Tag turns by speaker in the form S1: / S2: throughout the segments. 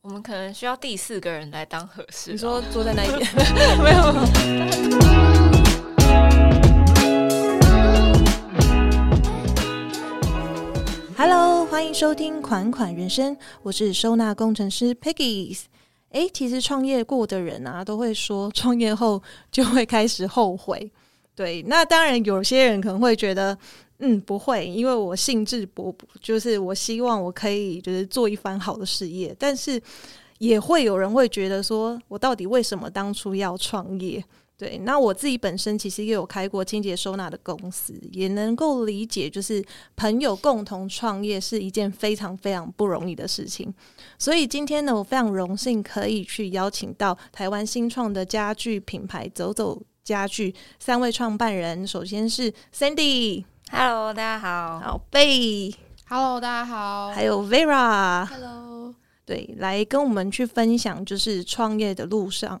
S1: 我们可能需要第四个人来当合适
S2: 你
S1: 哦。
S2: 说坐在那一边，没有，没有
S3: ，Hello，欢迎收听《款款人生》，我是收纳工程师 Peggy。诶，其实创业过的人啊，都会说创业后就会开始后悔。对，那当然有些人可能会觉得，嗯，不会，因为我兴致勃勃，就是我希望我可以就是做一番好的事业。但是也会有人会觉得说，我到底为什么当初要创业？对，那我自己本身其实也有开过清洁收纳的公司，也能够理解，就是朋友共同创业是一件非常非常不容易的事情。所以今天呢，我非常荣幸可以去邀请到台湾新创的家具品牌走走家具三位创办人，首先是 Sandy，
S1: Hello，大家好。
S3: 好贝，
S2: Hello，大家好
S3: 还有 Vera，
S2: Hello，
S3: 对，来跟我们去分享，就是创业的路上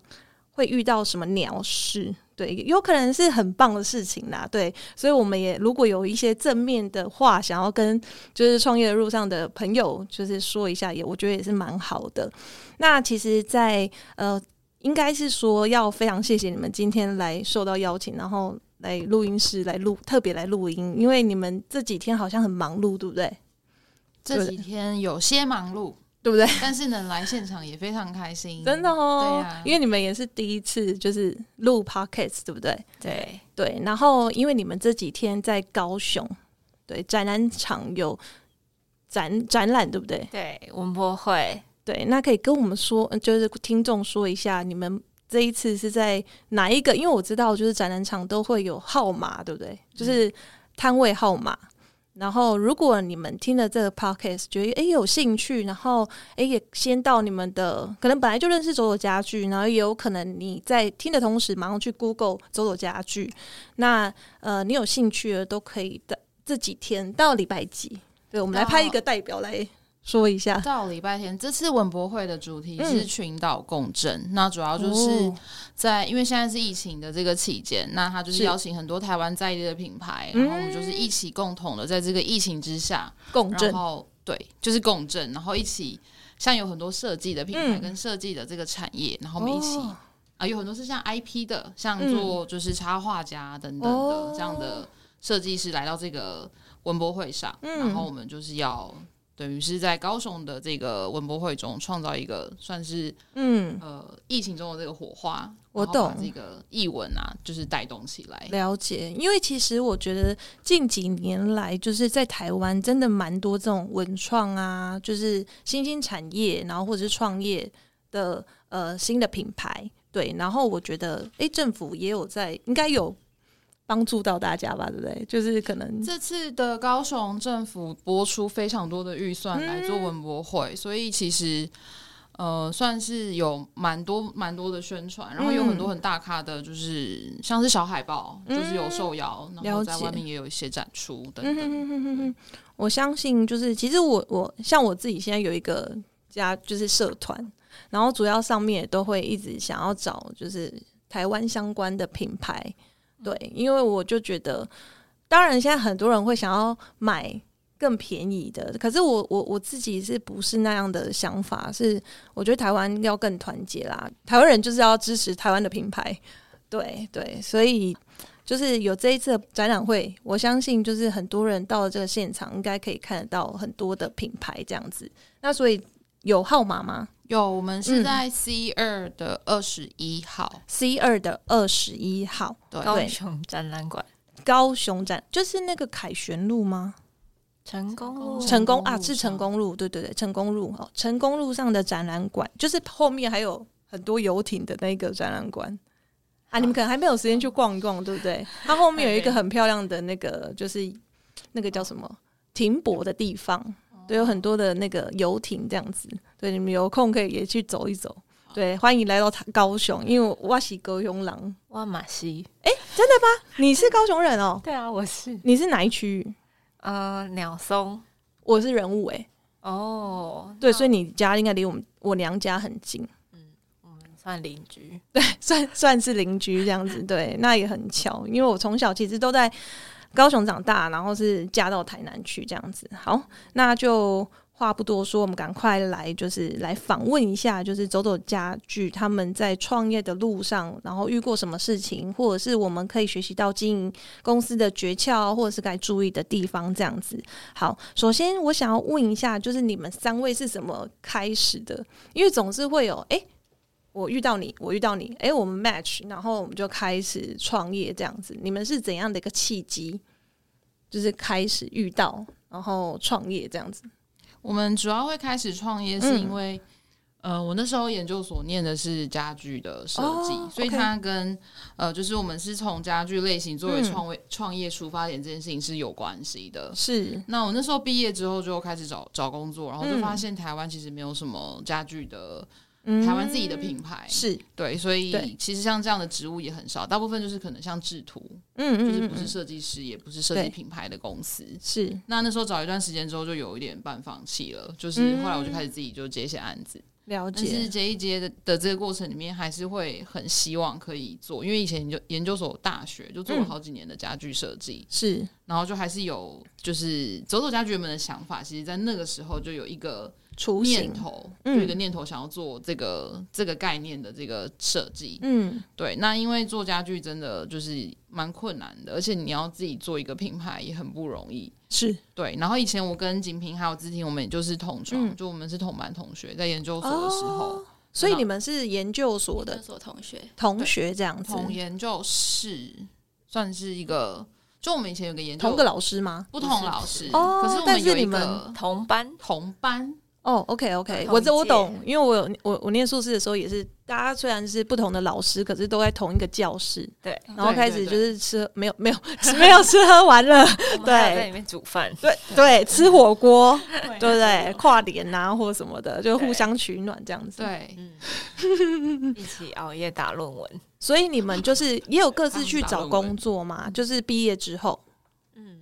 S3: 会遇到什么鸟事。对，有可能是很棒的事情啦。对，所以我们也如果有一些正面的话，想要跟就是创业路上的朋友，就是说一下也，我觉得也是蛮好的。那其实在，呃，应该是说要非常谢谢你们今天来受到邀请，然后来录音室来录，特别来录音，因为你们这几天好像很忙碌，对不对？
S4: 这几天有些忙碌，
S3: 对不对？
S4: 但是能来现场也非常开心，
S3: 真的哦，
S4: 嗯对啊
S3: 因为你们也是第一次就是录 podcast，对不对？
S1: 对，
S3: 对，然后因为你们这几天在高雄，对展览场有展展览，对不对？
S1: 对，文博会。
S3: 对，那可以跟我们说，呃就是听众说一下，你们这一次是在哪一个？因为我知道就是展览场都会有号码，对不对？就是
S4: 嗯
S3: 摊位号码。然后，如果你们听了这个 podcast，觉得诶有兴趣，然后诶也先到你们的，可能本来就认识走走家具，然后也有可能你在听的同时，马上去 Google 走走家具。那呃，你有兴趣的都可以的，这几天到礼拜几？对，我们来
S4: 到
S3: 派一个代表来说一下。
S4: 到礼拜天，这次文博会的主题
S3: 嗯
S4: 是群岛共振，那主要就是
S3: 哦
S4: 在、因为现在是疫情的这个期间，那他就是
S3: 是嗯
S4: 邀请很多台湾在地的品牌，然后我们就是一起共同的在这个疫情之下，
S3: 共振
S4: 然，后对，就是共振，然后一起像有很多设计的品牌
S3: 嗯
S4: 跟设计的这个产业，然后我们一起。
S3: 哦
S4: 啊，有很多是像 IP 的，像
S3: 嗯
S4: 做就是插画家等等的、
S3: 哦
S4: 这样的设计师来到这个文博会上，然
S3: 嗯
S4: 后我们就是要等于是在高雄的这个文博会中创造一个算是
S3: 嗯，
S4: 呃疫情中的这个火花，
S3: 我
S4: 然后把
S3: 懂
S4: 这个译文啊，就是带动起来。
S3: 了解。因为其实我觉得近几年来，就是在台湾真的蛮多这种文创啊，就是新兴产业，然后或者是创业的呃新的品牌，对。然后我觉得，诶，政府也有在，应该有帮助到大家吧，对不对？就是可能
S4: 这次的高雄政府拨出非常多的预
S3: 嗯
S4: 算来做文博会，所以其实呃算是有蛮多蛮多的宣传，然后
S3: 嗯
S4: 有很多很大咖的，就是、像是小海豹，就是有受邀，然后
S3: 了
S4: 在
S3: 解
S4: 外面也有一些展出等
S3: 嗯哼
S4: 等。
S3: 哼哼哼哼，我相信就是，其实我我像我自己现在有一个家，就是社团，然后主要上面也都会一直想要找就是台湾相关的品牌，对，因为我就觉得，当然现在很多人会想要买更便宜的，可是我我我自己是不是那样的想法？是我觉得台湾要更团结啦，台湾人就是要支持台湾的品牌，对对，所以就是有这一次的展览会，我相信就是很多人到了这个现场，应该可以看得到很多的品牌这样子。那所以有号码吗
S4: 有，我们是
S3: 嗯
S4: 在 C 二的二十一号，
S3: ？C 二的二十一号
S1: 高
S4: 对，
S1: 雄展览馆，
S3: 高雄展，就是那个凯旋路吗？
S1: 成功路，
S4: 成
S3: 成功
S4: 功
S3: 啊，
S4: 路
S3: 是
S4: 上
S3: 成功路，对对对，成功路哦，成功路上的展览馆，就是后面还有很多游艇的那个展览馆。啊，你们可能还没有时间去逛一逛，对不 对？它后面有一个很漂亮的那个，就是那个叫什么停泊的地方，对，有很多的那个游艇这样子。对，你们有空可以也去走一走。对，欢迎来到它高雄，因为我是高雄狼，
S1: 万马西。
S3: 你是高雄人哦，
S1: 对啊，我是
S3: 你是哪一区域？
S1: 呃鸟松
S3: 我是人物哎、嗯
S1: 哦，
S3: 对，所以你家应该离我们我娘家很近。
S1: 算邻居。
S3: 算算是邻居这样子，对，那也很巧，因为我从小其实都在高雄长大，然后是嫁到台南去这样子。好，那就话不多说，我们赶快来，就是来访问一下，就是走走家具他们在创业的路上，然后遇过什么事情，或者是我们可以学习到经营公司的诀窍，或者是该注意的地方，这样子。好，首先我想要问一下，就是你们三位是怎么开始的？因为总是会有，哎、我遇到你，我遇到你，哎、我们 match，然后我们就开始创业这样子。你们是怎样的一个契机？就是开始遇到，然后创业这样子。
S4: 我们主要会开始创业，是
S3: 嗯
S4: 因为、呃，我那时候研究所念的是家具的设计，
S3: 哦
S4: 所以
S3: OK
S4: 它跟呃，就是我们是从家具类型作为
S3: 嗯
S4: 创业创业出发点这件事情是有关系的。
S3: 是，
S4: 那我那时候毕业之后就开始找找工作，然后就
S3: 嗯
S4: 发现台湾其实没有什么家具的、
S3: 嗯
S4: 台湾自己的品牌，
S3: 是，
S4: 对，所
S3: 对
S4: 以其实像这样的职务也很少，大部分就是可能像制图，
S3: 嗯嗯，
S4: 就是不
S3: 嗯
S4: 是
S3: 嗯
S4: 设计师，也不是设
S3: 对
S4: 计品牌的公司。
S3: 是，
S4: 那那时候找一段时间之后，就有一点半放弃了，就是
S3: 嗯
S4: 后来我就开始自己就接一些案子，
S3: 了
S4: 但是
S3: 解，
S4: 接一接的的这个过程里面，还是会很希望可以做，因为以前研究研究所大学就做了
S3: 嗯
S4: 好几年的家具设计，
S3: 是
S4: 然后就还是有就是走走家具原本的想法，其实在那个时候就有一个
S3: 雏
S4: 念
S3: 形，
S4: 头，就
S3: 嗯
S4: 有一个念头想要做这个这个概念的这个设计，
S3: 嗯，
S4: 对，那因为做家具真的就是蛮困难的，而且你要自己做一个品牌也很不容易。
S3: 是
S4: 对，然后以前我跟景平还有资婷，我们也就是同窗，
S3: 嗯
S4: 就我们是同班同学，在研究所的时候，
S3: 哦所以你们是研究所的
S2: 所同学，
S3: 同学这样子，
S4: 同研究室算是一个，就我们以前有个研究
S3: 同个老师吗？
S4: 不同老师，
S3: 哦
S4: 可是我
S3: 但
S4: 们
S3: 是
S4: 有一
S3: 你们
S4: 个
S1: 同班
S4: 同班，
S3: 哦，OK OK，
S1: 同
S3: 我这
S1: 一
S3: 我
S1: 届
S3: 懂，因为我有我我念硕士的时候也是，大家虽然是不同的老师，可是都在同一个教室，
S1: 对，
S3: 然后
S4: 对
S3: 开
S4: 对
S3: 始就
S4: 对
S3: 是吃没有没有吃没有吃喝玩乐，
S1: 我们还有在里面煮饭，
S3: 对对，吃火锅，对不对？跨年啊或什么的，就互
S1: 对
S3: 相取暖这样子。
S4: 对，
S1: 嗯，一起熬夜打论文，
S3: 所以你们就是也有各自去
S4: 帮忙打
S3: 找
S4: 论文
S3: 工作嘛，就是毕业之后，
S1: 嗯，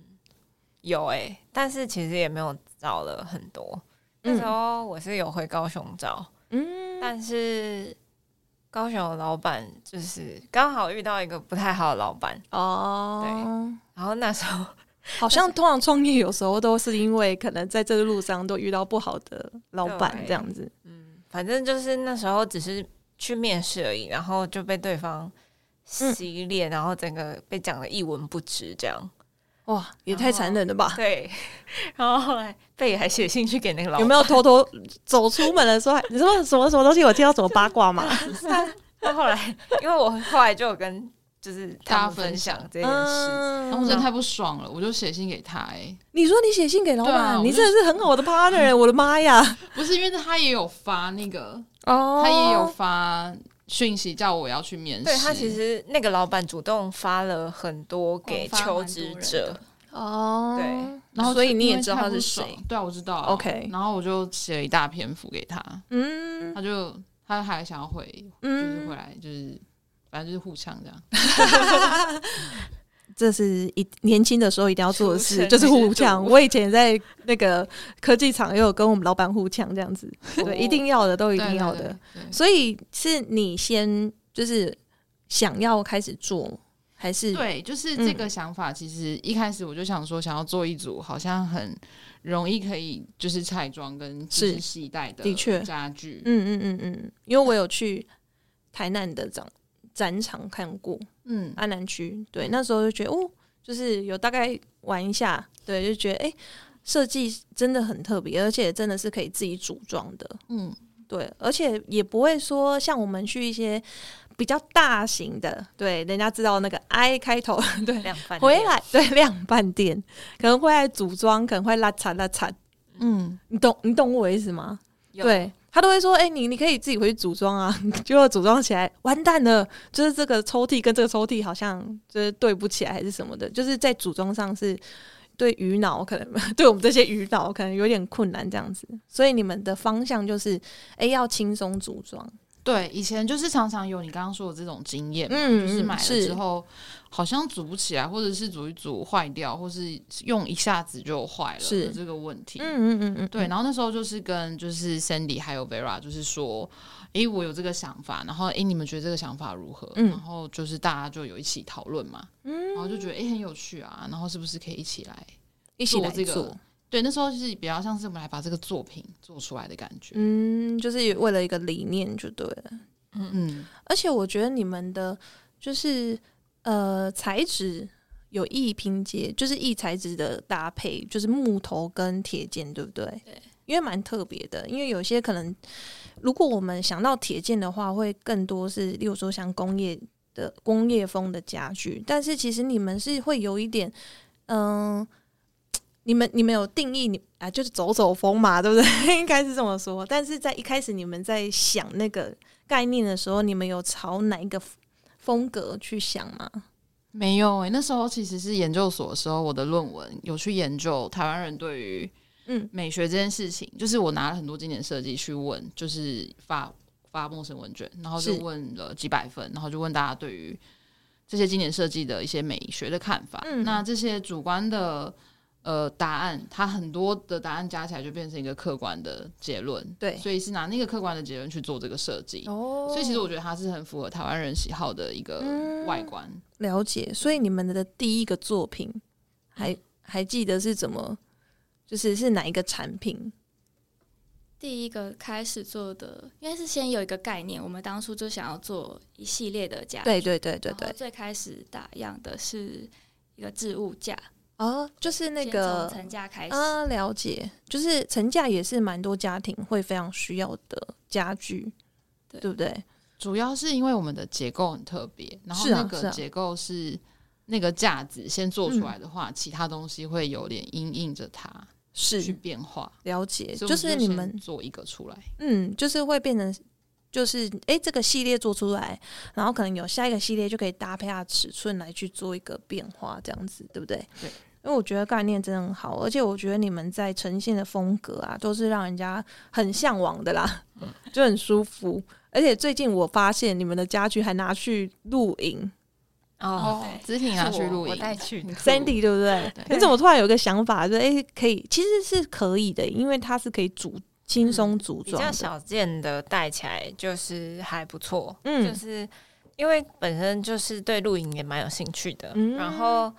S1: 有哎、但是其实也没有找了很多。那时
S3: 嗯
S1: 候我是有回高雄找，
S3: 嗯
S1: 但是高雄的老板就是刚好遇到一个不太好的老板，
S3: 哦，
S1: 然后那时候
S3: 好像通常创业有时候都是因为可能在这个路上都遇到不好的老板
S1: 对
S3: 这样子，
S1: 嗯，反正就是那时候只是去面试而已，然后就被对方
S3: 嗯
S1: 洗脸，然后整个被讲的一文不值，这样
S3: 哇，也太残忍了吧！
S1: 对。然后后来贝还写信去给那个老
S3: 有
S1: 板，
S3: 没有偷偷走出门的时候还，你说什么什么东西？我听到什么八卦 嘛？
S1: 那后来因为我后来就有跟就是他
S4: 大家
S1: 们分
S4: 分享
S1: 享这件事，
S4: 然后我
S3: 嗯
S4: 真的太不爽了，我就写信给他、欸，
S3: 你说你写信给老
S4: 对啊
S3: 板，
S4: 我
S3: 你
S4: 就
S3: 真的是很好的 partner，我的欸妈呀！
S4: 不是因为他也有发那个，
S3: 哦
S4: 他也有发讯息叫我要去面试，
S1: 对他其实那个老板主动发了很多给求职者，
S3: 哦，
S1: 对，
S4: 然后
S3: 所以
S4: 就
S3: 你
S4: 因
S3: 也
S4: 为
S3: 知道
S4: 太
S3: 他
S4: 不
S3: 是
S4: 爽
S3: 谁，
S4: 对啊，我知道啊
S3: OK
S4: 然后我就写了一大篇幅给他，
S3: 嗯
S4: 他就他还想要回，就是回
S3: 嗯，
S4: 来，就是反正就是互呛这样，
S3: 这是一年轻的时候一定要做的
S1: 出
S3: 事，
S1: 生
S3: 就是互
S1: 之
S3: 呛。
S1: 毒
S3: 我以前也在那个科技厂也有跟我们老板互呛，这样子，对，一定要的，都一定要的。
S4: 对。对对
S3: 所以是你先就是想要开始做，还是
S4: 对，就是这
S3: 嗯
S4: 个想法。其实一开始我就想说，想要做一组好像很容易可以就是彩妆跟就是是系带的
S3: 的确
S4: 家具，
S3: 嗯嗯嗯嗯，因为我有去台南的展展场看过，
S4: 嗯，
S3: 安南区，对，那时候就觉得哦，就是有大概玩一下，对，就觉得哎，设、计真的很特别，而且真的是可以自己组装的，
S4: 嗯，
S3: 对，而且也不会说像我们去一些比较大型的，对，人家知道那个 I 开头， 对，
S1: 量贩
S3: 回
S1: 店
S3: 来对量贩店可能会来组装，可能会拉惨拉惨，
S4: 嗯，
S3: 你懂你懂我意思吗？
S1: 有
S3: 对他都会说：“哎、你你可以自己回去组装啊。” 结果组装起来，完蛋了，就是这个抽屉跟这个抽屉好像就是对不起来，还是什么的，就是在组装上是对鱼脑可能 对我们这些鱼脑可能有点困难这样子。所以你们的方向就是，哎、要轻松组装，
S4: 对，以前就是常常有你刚刚说的这种经验嘛，
S3: 嗯
S4: 就是
S3: 嗯
S4: 买了
S3: 是
S4: 之后好像组不起来，或者是组一组坏掉，或是用一下子就坏了
S3: 是
S4: 的这个问题。
S3: 嗯嗯嗯嗯，
S4: 对，然后那时候就是跟就是 Sandy 还有 Vera 就是说，诶，我有这个想法，然后诶，你们觉得这个想法如何？
S3: 嗯
S4: 然后就是大家就有一起嗯讨论嘛，然后就觉得诶，很有趣啊，然后是不是可以一起来
S3: 一起
S4: 做
S3: 来
S4: 这个
S3: 做，
S4: 对，那时候就是比较像是我们来把这个作品做出来的感觉。
S3: 嗯，就是为了一个理念就对了。
S4: 嗯，
S3: 而且我觉得你们的就是呃材质有异拼接，就是异材质的搭配，就是木头跟铁件，对不对？
S4: 对，
S3: 因为蛮特别的，因为有些可能如果我们想到铁件的话，会更多是，例如说像工业的工业风的家具，但是其实你们是会有一点，嗯、你们你们有定义你啊，就是走走风嘛，对不对？ 应该是这么说。但是在一开始你们在想那个概念的时候，你们有朝哪一个风格去想吗？
S4: 没有诶、那时候其实是研究所的时候，我的论文有去研究台湾人对于
S3: 嗯
S4: 美学这件事情，就是我拿了很多经典设计去问，就是发发陌生问卷，然后就是问了几百份，然后就问大家对于这些经典设计的一些美学的看法。
S3: 嗯
S4: 那这些主观的呃答案，它很多的答案加起来就变成一个客观的结论，
S3: 对
S4: 所以是拿那个客观的结论去做这个设计。
S3: 哦
S4: 所以其实我觉得它是很符合台湾人喜好的一个
S3: 嗯
S4: 外观。
S3: 了解。所以你们的第一个作品还还记得是怎么，就是是哪一个产品？
S5: 第一个开始做的，应该是先有一个概念，我们当初就想要做一系列的家具，
S3: 对对对对
S5: 然后
S3: 对，
S5: 最开始打样的是一个置物架，
S3: 哦，就是那
S5: 先
S3: 个
S5: 从层架开始，
S3: 啊，了解，就是层架也是蛮多家庭会非常需要的家具，
S5: 对
S3: 不对？
S4: 主要是因为我们的结构很特别，然后
S3: 是啊
S4: 那
S3: 是
S4: 个
S3: 啊
S4: 结构是那个架子先做出来的话，其他东西会有点因应着它去
S3: 是
S4: 变化。
S3: 了解，
S4: 所以我
S3: 就是你
S4: 先
S3: 们
S4: 做一个出来，
S3: 嗯，就是会变成就是诶，这个系列做出来，然后可能有下一个系列就可以搭配它的尺寸来去做一个变化，这样子对不对？
S4: 对。
S3: 因为我觉得概念真的很好，而且我觉得你们在呈现的风格啊，都是让人家很向往的啦，
S1: 嗯
S3: 就很舒服。而且最近我发现你们的家具还拿去露营，
S1: 哦，对
S4: 子品拿去露
S1: 我
S4: 营，
S1: 带去的，
S3: Sandy 对不对？
S4: 对
S3: 你怎么突然有一个想法，就是哎、诶可以，其实是可以的，因为它是可以组轻松组
S1: 嗯比
S3: 装
S1: 较
S3: 的，
S1: 少见的带起来就是还不错，
S3: 嗯
S1: 就是因为本身就是对露营也蛮有兴趣的，
S3: 嗯
S1: 然后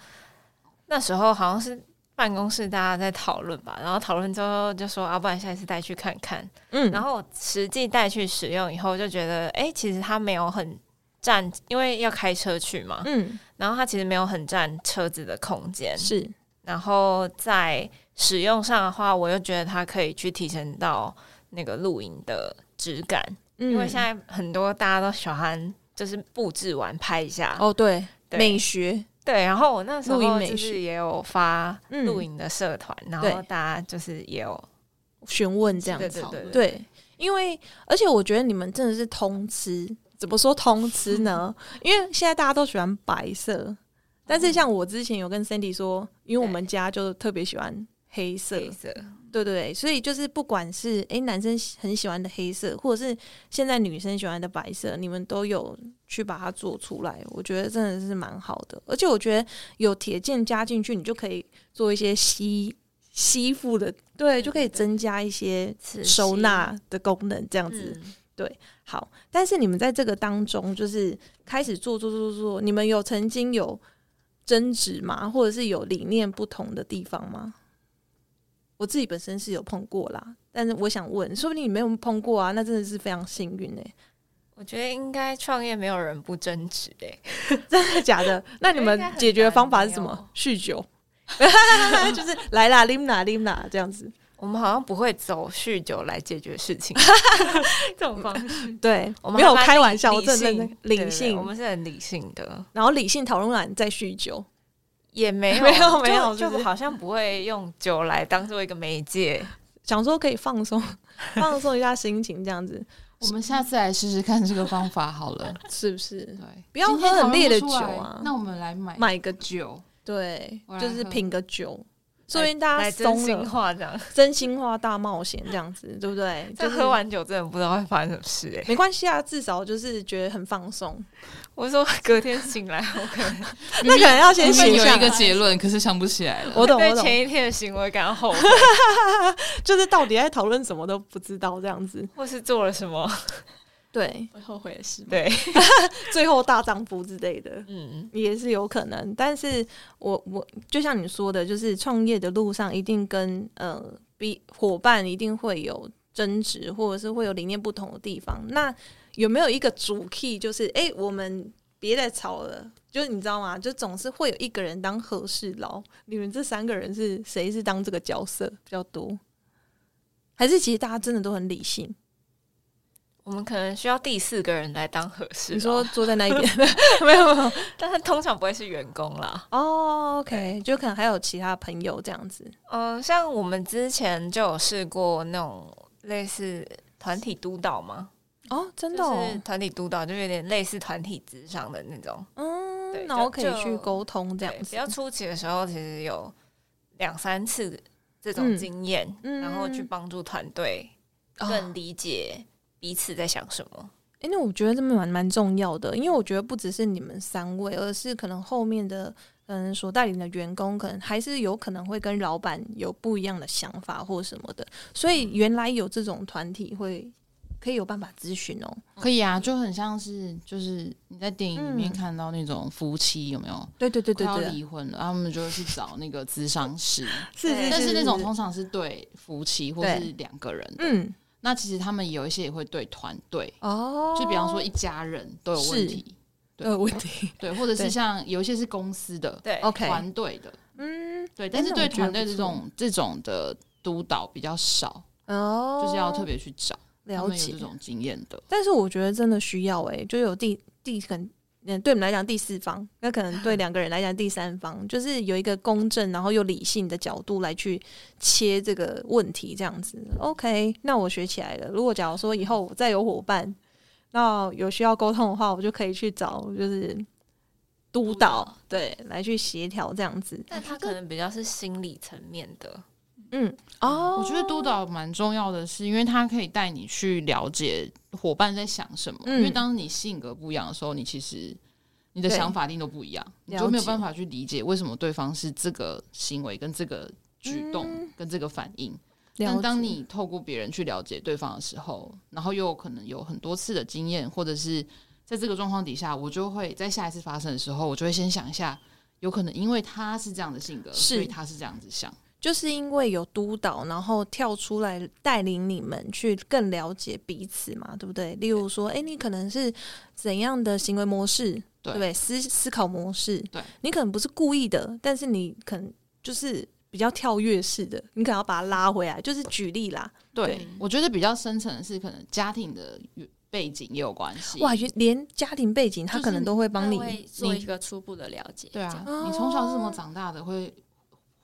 S1: 那时候好像是办公室大家在讨论吧，然后讨论之后就说，啊，不然下一次带去看看。
S3: 嗯，
S1: 然后我实际带去使用以后，就觉得，哎、其实它没有很占，因为要开车去嘛，
S3: 嗯
S1: 然后它其实没有很占车子的空间，
S3: 是
S1: 然后在使用上的话，我又觉得它可以去提升到那个露营的质感，因
S3: 嗯
S1: 为现在很多大家都喜欢就是布置完拍一下
S3: 嗯、哦对
S1: 对
S3: 美学
S1: 对。然后我那时候
S3: 露营美
S1: 就
S3: 学
S1: 是也有发
S3: 嗯
S1: 露营的社团，然后
S3: 对
S1: 大家就是也有
S3: 询问这样
S1: 对
S3: 子，
S1: 对
S4: 讨
S1: 对
S4: 论
S3: 对，因为而且我觉得你们真的是通吃，怎么说通吃呢？ 因为现在大家都喜欢白色，但
S1: 嗯
S3: 是像我之前有跟 Sandy 说，因为我们家就特别喜欢黑色，
S1: 黑色，
S3: 对对对，所以就是不管是诶男生喜很喜欢的黑色，或者是现在女生喜欢的白色，你们都有去把它做出来，我觉得真的是蛮好的。而且我觉得有铁件加进去，你就可以做一些吸吸附的，对，就可以增加一些
S1: 刺
S3: 收
S1: 青
S3: 纳的功能，这样子。
S1: 嗯
S3: 好，但是你们在这个当中，就是开始做做做做，你们有曾经有争执吗？或者是有理念不同的地方吗？我自己本身是有碰过啦，但是我想问，说不定你没有碰过啊，那真的是非常幸运哎、
S1: 我觉得应该创业没有人不争执哎、
S3: 真的假的？那你们解决方法是什
S1: 应该很
S3: 么？酗酒， 就是来啦，limna limna 这样子。
S1: 我们好像不会走酗酒来解决事情这种方式，
S3: 对，
S1: 嗯我们
S3: 没有
S1: 还蛮
S3: 开玩笑，
S1: 理
S3: 我真的认真
S1: 性对对
S3: 理
S1: 对
S3: 性
S1: 我，们是很理性的，
S3: 然后理性讨论完再酗酒。
S1: 也 没有
S3: 没有
S1: 就
S3: 没有
S1: 就是
S3: 不是
S1: 好像不会用酒来当做一个媒介。
S3: 想说可以放松 放松一下心情，这样子
S4: 我们下次来试试看这个方法好 了。
S3: 是不是
S4: 对？，
S3: 不要
S4: 今天
S3: 喝很
S4: 讨论
S3: 烈的
S4: 不出来
S3: 酒啊
S4: 那我们来买
S3: 买个
S4: 酒，
S3: 对
S4: 我，来
S3: 就是
S4: 喝
S3: 品个酒，说不定大家
S1: 来
S3: 松
S1: 真心
S3: 了，
S1: 话这样，
S3: 真心话大冒险这样子，对不 对？
S1: 但
S3: 就是
S1: 喝完酒真的不知道会发生什么事哎、
S3: 没关系啊，至少就是觉得很放松。
S1: 我说隔天醒 来，我可能
S3: 那可能要
S4: 原
S3: 先
S4: 本
S3: 写
S4: 有
S3: 下嗯
S4: 一个
S3: 来，
S4: 结论，可是想不起来了。
S3: 我懂
S1: 对
S3: 我懂，
S1: 前一天的行为感到 后悔，
S3: 就是到底在讨论什么都不知道这样子。
S1: 或是做了什么
S3: 对，
S5: 会后悔的事吗？
S1: 对，
S3: 最后大丈夫之类的
S1: 嗯，
S3: 也是有可能。但是我我就像你说的，就是创业的路上一定跟呃比伙伴一定会有争执，或者是会有理念不同的地方。那有没有一个主 key 就是哎、诶我们别再吵了？就是你知道吗？就总是会有一个人当和事佬。你们这三个人是谁是当这个角色比较多？还是其实大家真的都很理性？
S1: 我们可能需要第四个人来当合适。
S3: 你说，坐在那一边没有没有
S1: 但是通常不会是员工啦。
S3: 哦、o k 就可能还有其他朋友这样子。
S1: 嗯、像我们之前就有试过那种类似团体督导嘛，
S3: 哦，真的、
S1: 就
S3: 哦
S1: 是，团体督导，就有点类似团体职上的那种。对
S3: 嗯，然后可以去沟通这
S1: 对，
S3: 样
S1: 比
S3: 子
S1: 较。初期的时候，其实有两三次这种
S3: 嗯
S1: 经验，
S3: 嗯
S1: 然后去帮助团队
S3: 哦
S1: 更理解彼此在想什么。
S3: 哎、那我觉得这蛮蛮重要的，因为我觉得不只是你们三位，而是可能后面的嗯所带领的员工，可能还是有可能会跟老板有不一样的想法或什么的，所
S4: 嗯
S3: 以原来有这种团体会可以有办法咨询哦。
S4: 可以啊，就很像是就是你在电影里面
S3: 嗯
S4: 看到那种夫妻有没有？
S3: 对对对
S4: 快
S3: 对
S4: 要
S3: 对，
S4: 离婚了，然后他们就会去找那个咨商 师，
S3: 是
S1: 对
S4: 但是那种通常是对夫妻或
S3: 对
S4: 是两个人的。
S3: 嗯
S4: 那其实他们有一些也会对团队，
S3: 哦，呃
S4: 就比方说一家人都有问题，
S3: 都有问题
S4: 对，或者
S3: 对
S4: 是像有一些是公司的、
S1: 对，
S3: ，OK，
S4: 团队的，
S3: 嗯
S4: 对，但是
S3: 那我
S4: 对
S3: 觉得
S4: 团队
S3: 不
S4: 这
S3: 错
S4: 种这种的督导比较少，
S3: 哦，
S4: 就是要特别去找他
S3: 了
S4: 们有
S3: 解
S4: 这种经验的。
S3: 但是我觉得真的需要哎、就有第第可能，嗯，对我们来讲第四方，那可能对两个人来讲第三方， 就是有一个公正然后又理性的角度来去切这个问题，这样子。OK，那我学起来了。如果假如说以后我再有伙伴，那有需要沟通的话，我就可以去找就是督导，对，来去协调这样子。
S1: 但他可能比较是心理层面的，
S3: 嗯，哦，
S4: 我觉得督导蛮重要的是，因为他可以带你去了解伙伴在想什么。
S3: 嗯
S4: 因为当你性格不一样的时候，你其实你的
S3: 对
S4: 想法一定都不一样，你
S3: 了
S4: 就
S3: 解
S4: 没有办法去理解为什么对方是这个行为、跟这个举动、
S3: 嗯
S4: 跟这个反应。
S3: 了
S4: 但
S3: 解
S4: 当你透过别人去了解对方的时候，然后又有可能有很多次的经验，或者是在这个状况底下，我就会在下一次发生的时候，我就会先想一下，有可能因为他是这样的性格，
S3: 是
S4: 所以他是这样子想。
S3: 就是因为有督导，然后跳出来带领你们去更了解彼此嘛，对不对？例如说，哎、你可能是怎样的行为模式，对
S4: 对
S3: 不对？思思考模式，
S4: 对，
S3: 你可能不是故意的，但是你可能就是比较跳跃式的，你可能要把它拉回来。就是举例啦，
S4: 对
S1: 对，
S4: 我觉得比较深层的是可能家庭的背景也有关系。
S3: 哇，原连家庭背景他
S5: 就是
S3: 可能都会帮你，
S5: 他会做一
S3: 你
S5: 个初步的了解。
S4: 对
S5: 这
S4: 啊
S5: 样，
S3: 哦
S4: 你从小是怎么长大的，会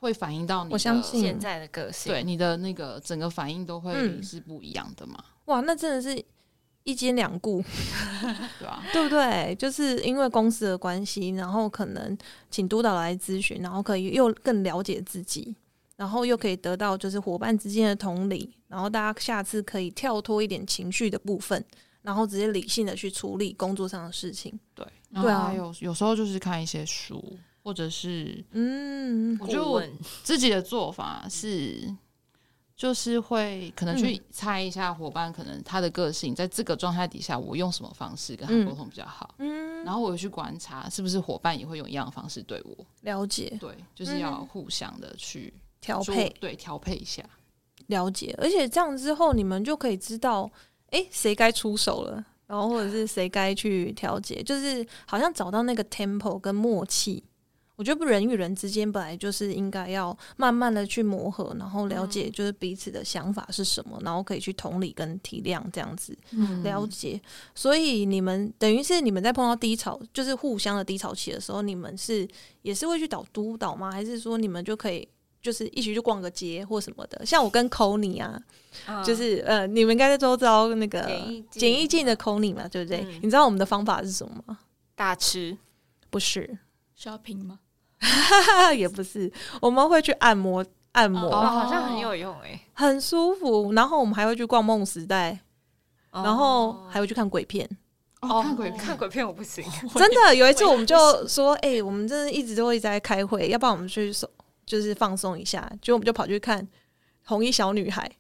S4: 会反映到你的，
S3: 我相信
S1: 现在的个性。
S4: 对你的那个整个反应都会
S3: 嗯
S4: 是不一样的嘛，
S3: 哇，那真的是一兼两顾。
S4: 对啊吧、
S3: 对啊不对？就是因为公司的关系，然后可能请督导来咨询，然后可以又更了解自己，然后又可以得到就是伙伴之间的同理，然后大家下次可以跳脱一点情绪的部分，然后直接理性的去处理工作上的事情。
S4: 对，然
S3: 对啊
S4: 后还有有时候就是看一些书，或者是
S3: 嗯，
S4: 我觉得
S1: 顾
S4: 我
S1: 问
S4: 自己的做法是。就是会可能
S3: 嗯
S4: 去猜一下伙伴，可能他的个性，在这个状态底下，我用什么方式跟
S3: 嗯
S4: 他沟通比较好。嗯，然后我有去观察，是不是伙伴也会用一样的方式对我。
S3: 了解
S4: 对，就是要互相的去
S3: 嗯调
S4: 做
S3: 配，
S4: 对，调配一下。
S3: 了解，而且这样之后你们就可以知道，诶，谁该出手了，然后或者是谁该去调节，就是好像找到那个 tempo 跟默契。我觉得人与人之间本来就是应该要慢慢的去磨合，然后了解就是彼此的想法是什么，然后可以去同理跟体谅这样子
S4: 嗯
S3: 了解。所以你们等于是你们在碰到低潮，就是互相的低潮期的时候，你们是也是会去找督导吗？还是说你们就可以就是一起去逛个街或什么的？像我跟 Kony 啊，
S1: 嗯
S3: 就是呃，你们应该在都知道那个
S1: 简易镜
S3: 简易镜的 Kony 嘛，对不对？
S1: 嗯
S3: 你知道我们的方法是什么吗？
S1: 大吃，
S3: 不是，
S5: shopping 吗？
S3: 也不是，我们会去按摩按摩，
S1: 哦，好像很有用哎。
S3: 很舒服。然后我们还会去逛梦时代，
S1: 哦
S3: 然后还会去看鬼片。
S4: 哦，看鬼
S1: 看
S4: 片，
S1: 鬼片我不 行，
S3: 真的有一次我们就说，哎、我们真的一直都一直在开会，要不然我们去手就是放松一下。结果我们就跑去看《红衣小女孩》，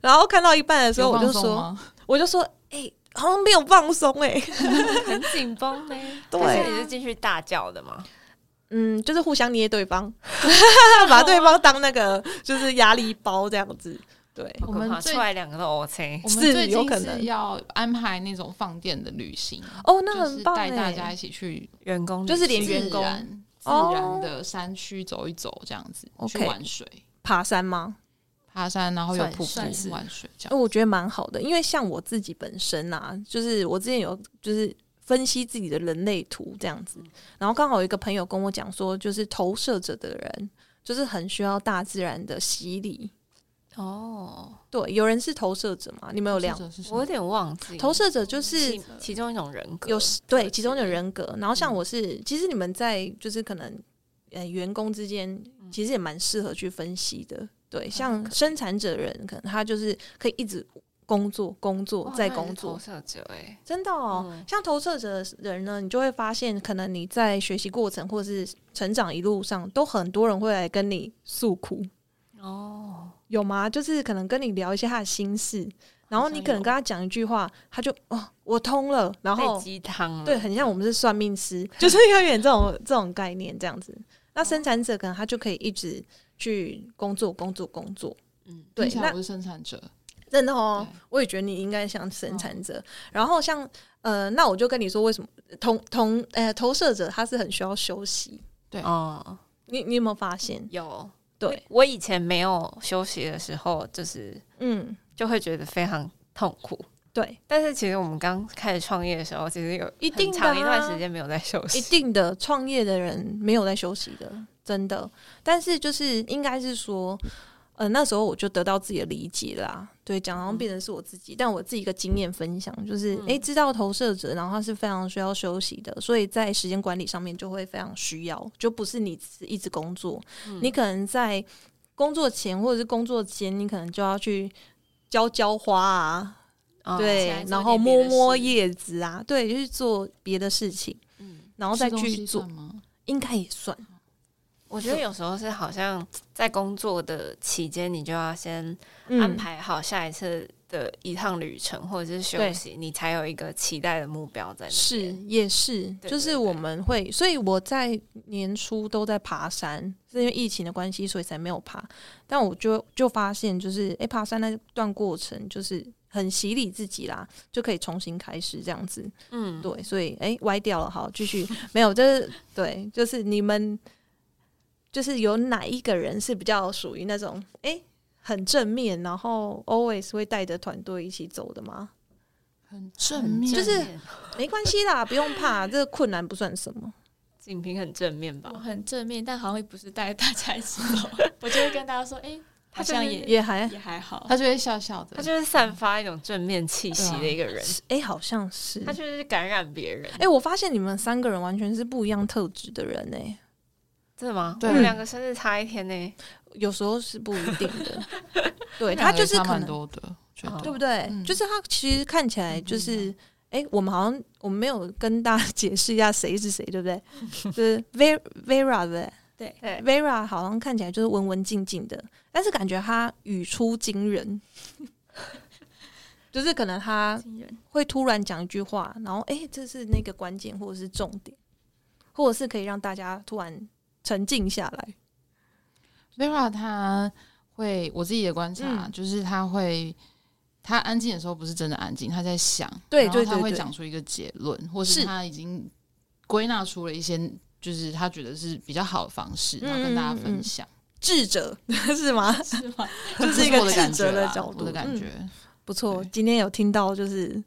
S3: 然后看到一半的时候，
S4: 有
S3: 哦我就
S4: 放松
S3: 说，
S4: 吗
S3: 我就说，哎、好像没有放松 哎、
S1: 很紧绷呢。
S3: 对啊
S1: 但是你是进去大叫的吗？
S3: 嗯，就是互相捏对 方， 把对方当那个就是压力包这样子。对，
S1: 好可
S4: 我们
S1: 怕
S4: 最
S1: 出来两个都 OK，
S4: 我们
S3: 是
S4: 最
S3: 有
S4: 近
S3: 可
S4: 是
S3: 能
S4: 要安排那种放电的旅行，
S3: 哦，那
S4: 就是
S3: 很棒
S4: 带
S3: 哎、
S4: 大家一起去
S1: 员工
S3: 就是连员
S4: 自
S3: 工
S4: 然自
S3: 哦
S4: 然的山区走一走，这样子
S3: OK
S4: 去玩水、
S3: 爬山吗？
S4: 爬山，然后有
S1: 算
S4: 瀑
S1: 算是
S4: 布、玩水这
S3: 呃
S4: 样。
S3: 我觉得蛮好的，因为像我自己本身啊，就是我之前有就是分析自己的人类图这样子，然后刚好有一个朋友跟我讲说，就是投射者的人就是很需要大自然的洗礼。
S1: 哦，
S3: 对，有人是投射者嘛？你们有两
S4: 或者是什
S1: 我有
S4: 么？
S1: 点忘记
S3: 投射者就是
S1: 其其中一种人格
S3: 有时对
S1: 特
S3: 其中
S1: 质
S3: 有人格，然后像我是，其实你们在就是可能呃员工之间，其实也蛮适合去分析的。对，像生产者人，可能他就是可以一直工作、工作
S1: 哇
S3: 再
S1: 那也是投
S3: 工作，
S1: 射者哎，
S3: 真的哦。
S1: 嗯
S3: 像投射者的人呢，你就会发现，可能你在学习过程或是成长一路上，都很多人会来跟你诉苦，
S1: 哦，
S3: 有吗？就是可能跟你聊一些他的心事，然后
S4: 像
S3: 你可能
S4: 有
S3: 跟他讲一句话，他就哦，我通了，然后
S1: 被鸡汤了
S3: 对，很像我们是算命师， 就是有点这种 这种概念这样子。那生产者可能他就可以一直去工作，工作，工作。
S1: 嗯
S3: 对
S4: 听起，
S3: 那
S4: 来我是生产者，
S3: 真的哦
S4: 对，
S3: 我也觉得你应该像生产者。然后像呃，那我就跟你说，为什么同同呃投射者他是很需要休息？
S4: 对
S1: 哦，
S3: 你你有没有发现？
S1: 有
S3: 对，
S1: 我以前没有休息的时候，就是
S3: 嗯，
S1: 就会觉得非常痛苦。
S3: 对，
S1: 但是其实我们刚开始创业的时候，其实有
S3: 一
S1: 很
S3: 定的
S1: 长一段
S3: 啊
S1: 时间没有在休 息，
S3: 一定的，创业的人没有在休息的，真的。但是就是应该是说，呃，那时候我就得到自己的理解啦。对，讲然后变成是我自
S5: 嗯
S3: 己，但我自己一个经验分享，就是诶、知道投射者，然后他是非常需要休息的，所以在时间管理上面就会非常需要，就不是你只是一直工作，
S5: 嗯
S3: 你可能在工作前或者是工作间，你可能就要去浇浇花啊，
S1: 哦
S5: 起
S3: 对
S5: 来，做
S3: 然后
S5: 点别
S3: 摸
S5: 的
S3: 摸
S5: 事
S3: 叶子啊，对，就是做别的事情，然后再
S4: 吃东
S3: 去
S4: 西
S3: 做
S4: 算，吗？
S3: 应该也算。
S1: 我觉得有时候是好像在工作的期间，你就要先
S3: 嗯
S1: 安排好下一次的一趟旅程或者是休息，你才有一个期待的目标在那边。
S3: 是也是，
S1: 对
S3: 就
S1: 对
S3: 是我们会，所以我在年初都在爬山，是因为疫情的关系，所以才没有爬。但我就就发现，就是诶、爬山那段过程就是很洗礼自己啦，就可以重新开始这样子。
S1: 嗯，
S3: 对，所以诶、歪掉了，好，继 续没有，就是对，就是你们就是有哪一个人是比较属于那种诶、很正面，然后 always 会带着团队一起走的吗？
S4: 很
S1: 很
S4: 正面，
S3: 就是
S1: 正面
S3: 没关系啦，不用怕，这个困难不算什么。
S1: 景平很正面吧
S5: 我？很正面，但好像也不是带大家一起 走，我就会跟大家说，哎、好
S1: 就是
S5: 像也
S3: 也还
S5: 也还
S3: 哦
S5: 好。
S4: 他就会笑笑的，
S1: 他就是散发一种正面气息的一个人，
S3: 哎、好像是。
S1: 他就是感染别人
S3: 哎、。我发现你们三个人完全是不一样特质的人呢、
S1: 真的吗？我
S4: 对
S1: 们两个生日差一天呢。
S3: 有时候是不一定的。对
S4: 们
S3: 他
S4: 两个
S3: 就是
S4: 差
S3: 可
S4: 蛮
S3: 能，
S4: 多的，我觉
S1: 哦
S4: 得
S3: 对不对？
S4: 嗯
S3: 就是他其实看起来就是，哎、我们好像我们没有跟大家解释一下谁是谁，对不对？ 就是 Vera Vera 对
S5: 对，
S3: 不对
S1: 对，
S3: Vera 好像看起来就是文文静静的，但是感觉他语出惊人， 就是可能他
S5: 惊人。
S3: 会突然讲一句话，然后诶，这是那个关键或者是重点，或者是可以让大家突然沉静下来。
S4: Vera 她会，我自己的观察、
S3: 嗯
S4: 就是她会，她安静的时候不是真的安静，她在想，
S3: 对
S4: 然后
S3: 对
S4: 她
S3: 对
S4: 会
S3: 对
S4: 讲出一个结论，或是
S3: 是
S4: 她已经归纳出了一些，就是她觉得是比较好的方式，然后跟大家分享，
S3: 智者 是吗？
S5: 是吗？
S3: 就
S4: 这
S3: 是一个
S4: 我的
S3: 智
S4: 感觉
S3: 者的
S4: 啦
S3: 角度，
S4: 我的感觉
S3: 嗯、，不错。
S4: 对
S3: 今天有听到就是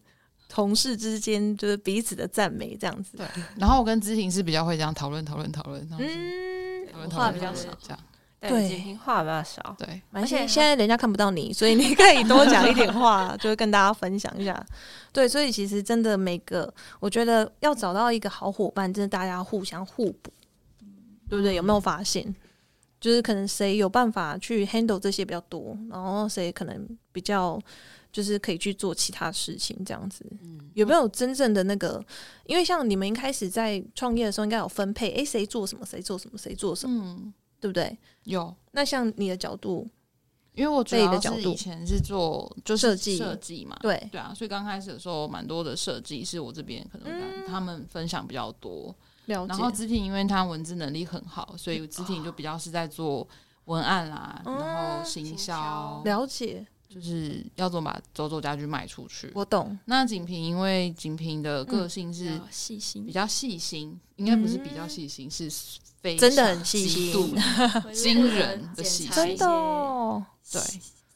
S3: 同事之间就是彼此的赞美这样子，
S4: 对。然后我跟知婷是比较会这样讨论，讨论，讨论，然后
S3: 嗯
S4: 讨论，讨
S3: 话比
S4: 论，
S3: 较
S4: 讨论
S3: 少，
S4: 这样
S3: 对
S1: 对，景平话比较少。
S4: 对。
S3: 蛮
S1: 而且
S3: 现
S1: 他
S3: 现在人家看不到你，所以你可以多讲一点话， 就会跟大家分享一下。对，所以其实真的每个，我觉得要找到一个好伙伴，真的大家互相互补，对不对？有没有发现？就是可能谁有办法去 handle 这些比较多，然后谁可能比较就是可以去做其他事情这样子。有没有真正的那个？因为像你们一开始在创业的时候，应该有分配，诶，谁做什么，谁做什么，谁做什么，
S4: 嗯，
S3: 对不对？
S4: 有
S3: 那像你的角度，
S4: 因为我主
S3: 类的
S4: 要
S3: 角
S4: 是
S3: 度
S4: 以前是做就是
S3: 设计
S4: 设计嘛，
S3: 对，
S4: 对啊，所以刚开始的时候，蛮多的设计是我这边可能跟他们分享比较多。
S3: 嗯了
S4: 然后
S3: 解。
S4: 子婷因为她文字能力很好，所以子婷就比较是在做文案啦，
S3: 嗯
S4: 然后行销
S5: 销，
S3: 了解，
S4: 就是要怎么把走走家具卖出去。
S3: 我嗯懂，
S4: 那锦屏因为锦屏的个性
S5: 比
S4: 是
S5: 较细
S4: 比
S5: 心，
S4: 较细心，应该不是比较细心，是非
S3: 嗯真的
S4: 常
S3: 很细
S4: 极
S3: 心
S4: 度
S5: 我就
S4: 惊
S5: 是会
S4: 人的
S5: 检
S4: 细
S5: 查
S4: 心
S5: 一
S3: 真的
S5: 些
S3: 哦。
S4: 对。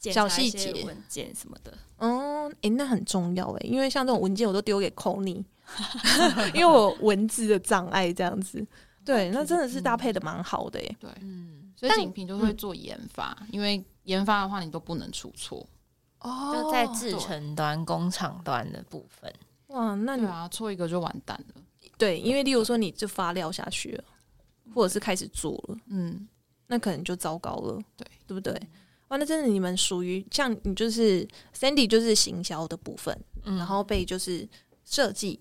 S5: 检
S3: 小
S5: 查
S3: 细
S5: 一些
S3: 节
S5: 文件什么的，
S3: 嗯，诶、那很重要诶、因为像这种文件我都丢给 Kony，因为我有文字的障碍这样子。对，那真的是搭配的蛮好的诶、
S4: 对，
S1: 嗯，
S4: 所以
S3: 但
S4: 锦屏就会做研发，因为研发的话你都不能出错。
S3: 哦
S1: 就在制成端、工厂端的部分，
S3: 哦哇，那你
S4: 对啊，错一个就完蛋了。
S3: 对，因为例如说你就发料下去了，或者是开始做了，
S4: 嗯，
S3: 那可能就糟糕了，
S4: 对
S3: 对不对？哇，那真的你们属于像你就是 Sandy 就是行销的部分，
S1: 嗯
S3: 然后被就是设计，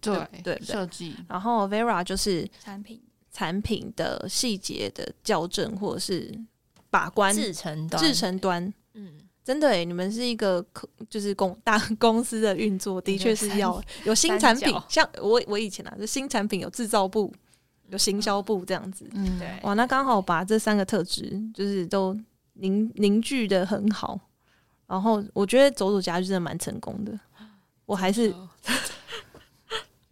S4: 对
S3: 对不对
S4: 设计
S3: 然后 Vera 就是
S5: 产品
S3: 产品的细节的校正或者是把关
S1: 制成端，
S3: 制成端。
S1: 嗯，
S3: 真的诶，你们是一个可就是公大公司的运作，的确是要有新产品
S1: 三角，
S3: 像我我以前啊，就新产品有制造部，有行销部这样子，
S4: 嗯
S1: 对，
S3: 哇，那刚好把这三个特质就是都凝凝聚的很好，然后我觉得走走家具真的蛮成功的。我还是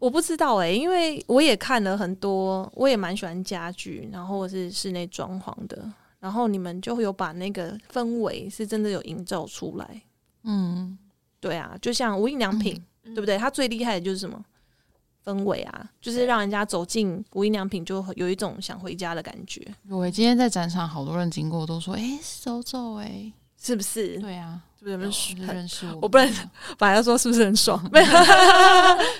S3: 我不知道哎、因为我也看了很多，我也蛮喜欢家具，然后我是室内装潢的，然后你们就会有把那个氛围是真的有营造出来。
S4: 嗯，
S3: 对啊，就像无印良品，
S1: 对
S3: 对不？对？它最厉害的就是什么氛围啊，就是让人家走进无印良品就有一种想回家的感觉，
S4: 有诶，嗯今天在展场好多人经过都说，哎、走走哎、
S3: 是不是？
S4: 对啊，
S3: 是不是
S4: 有
S3: 很
S4: 就是认识我，
S3: 我不认识把他说是不是很爽？ 没有，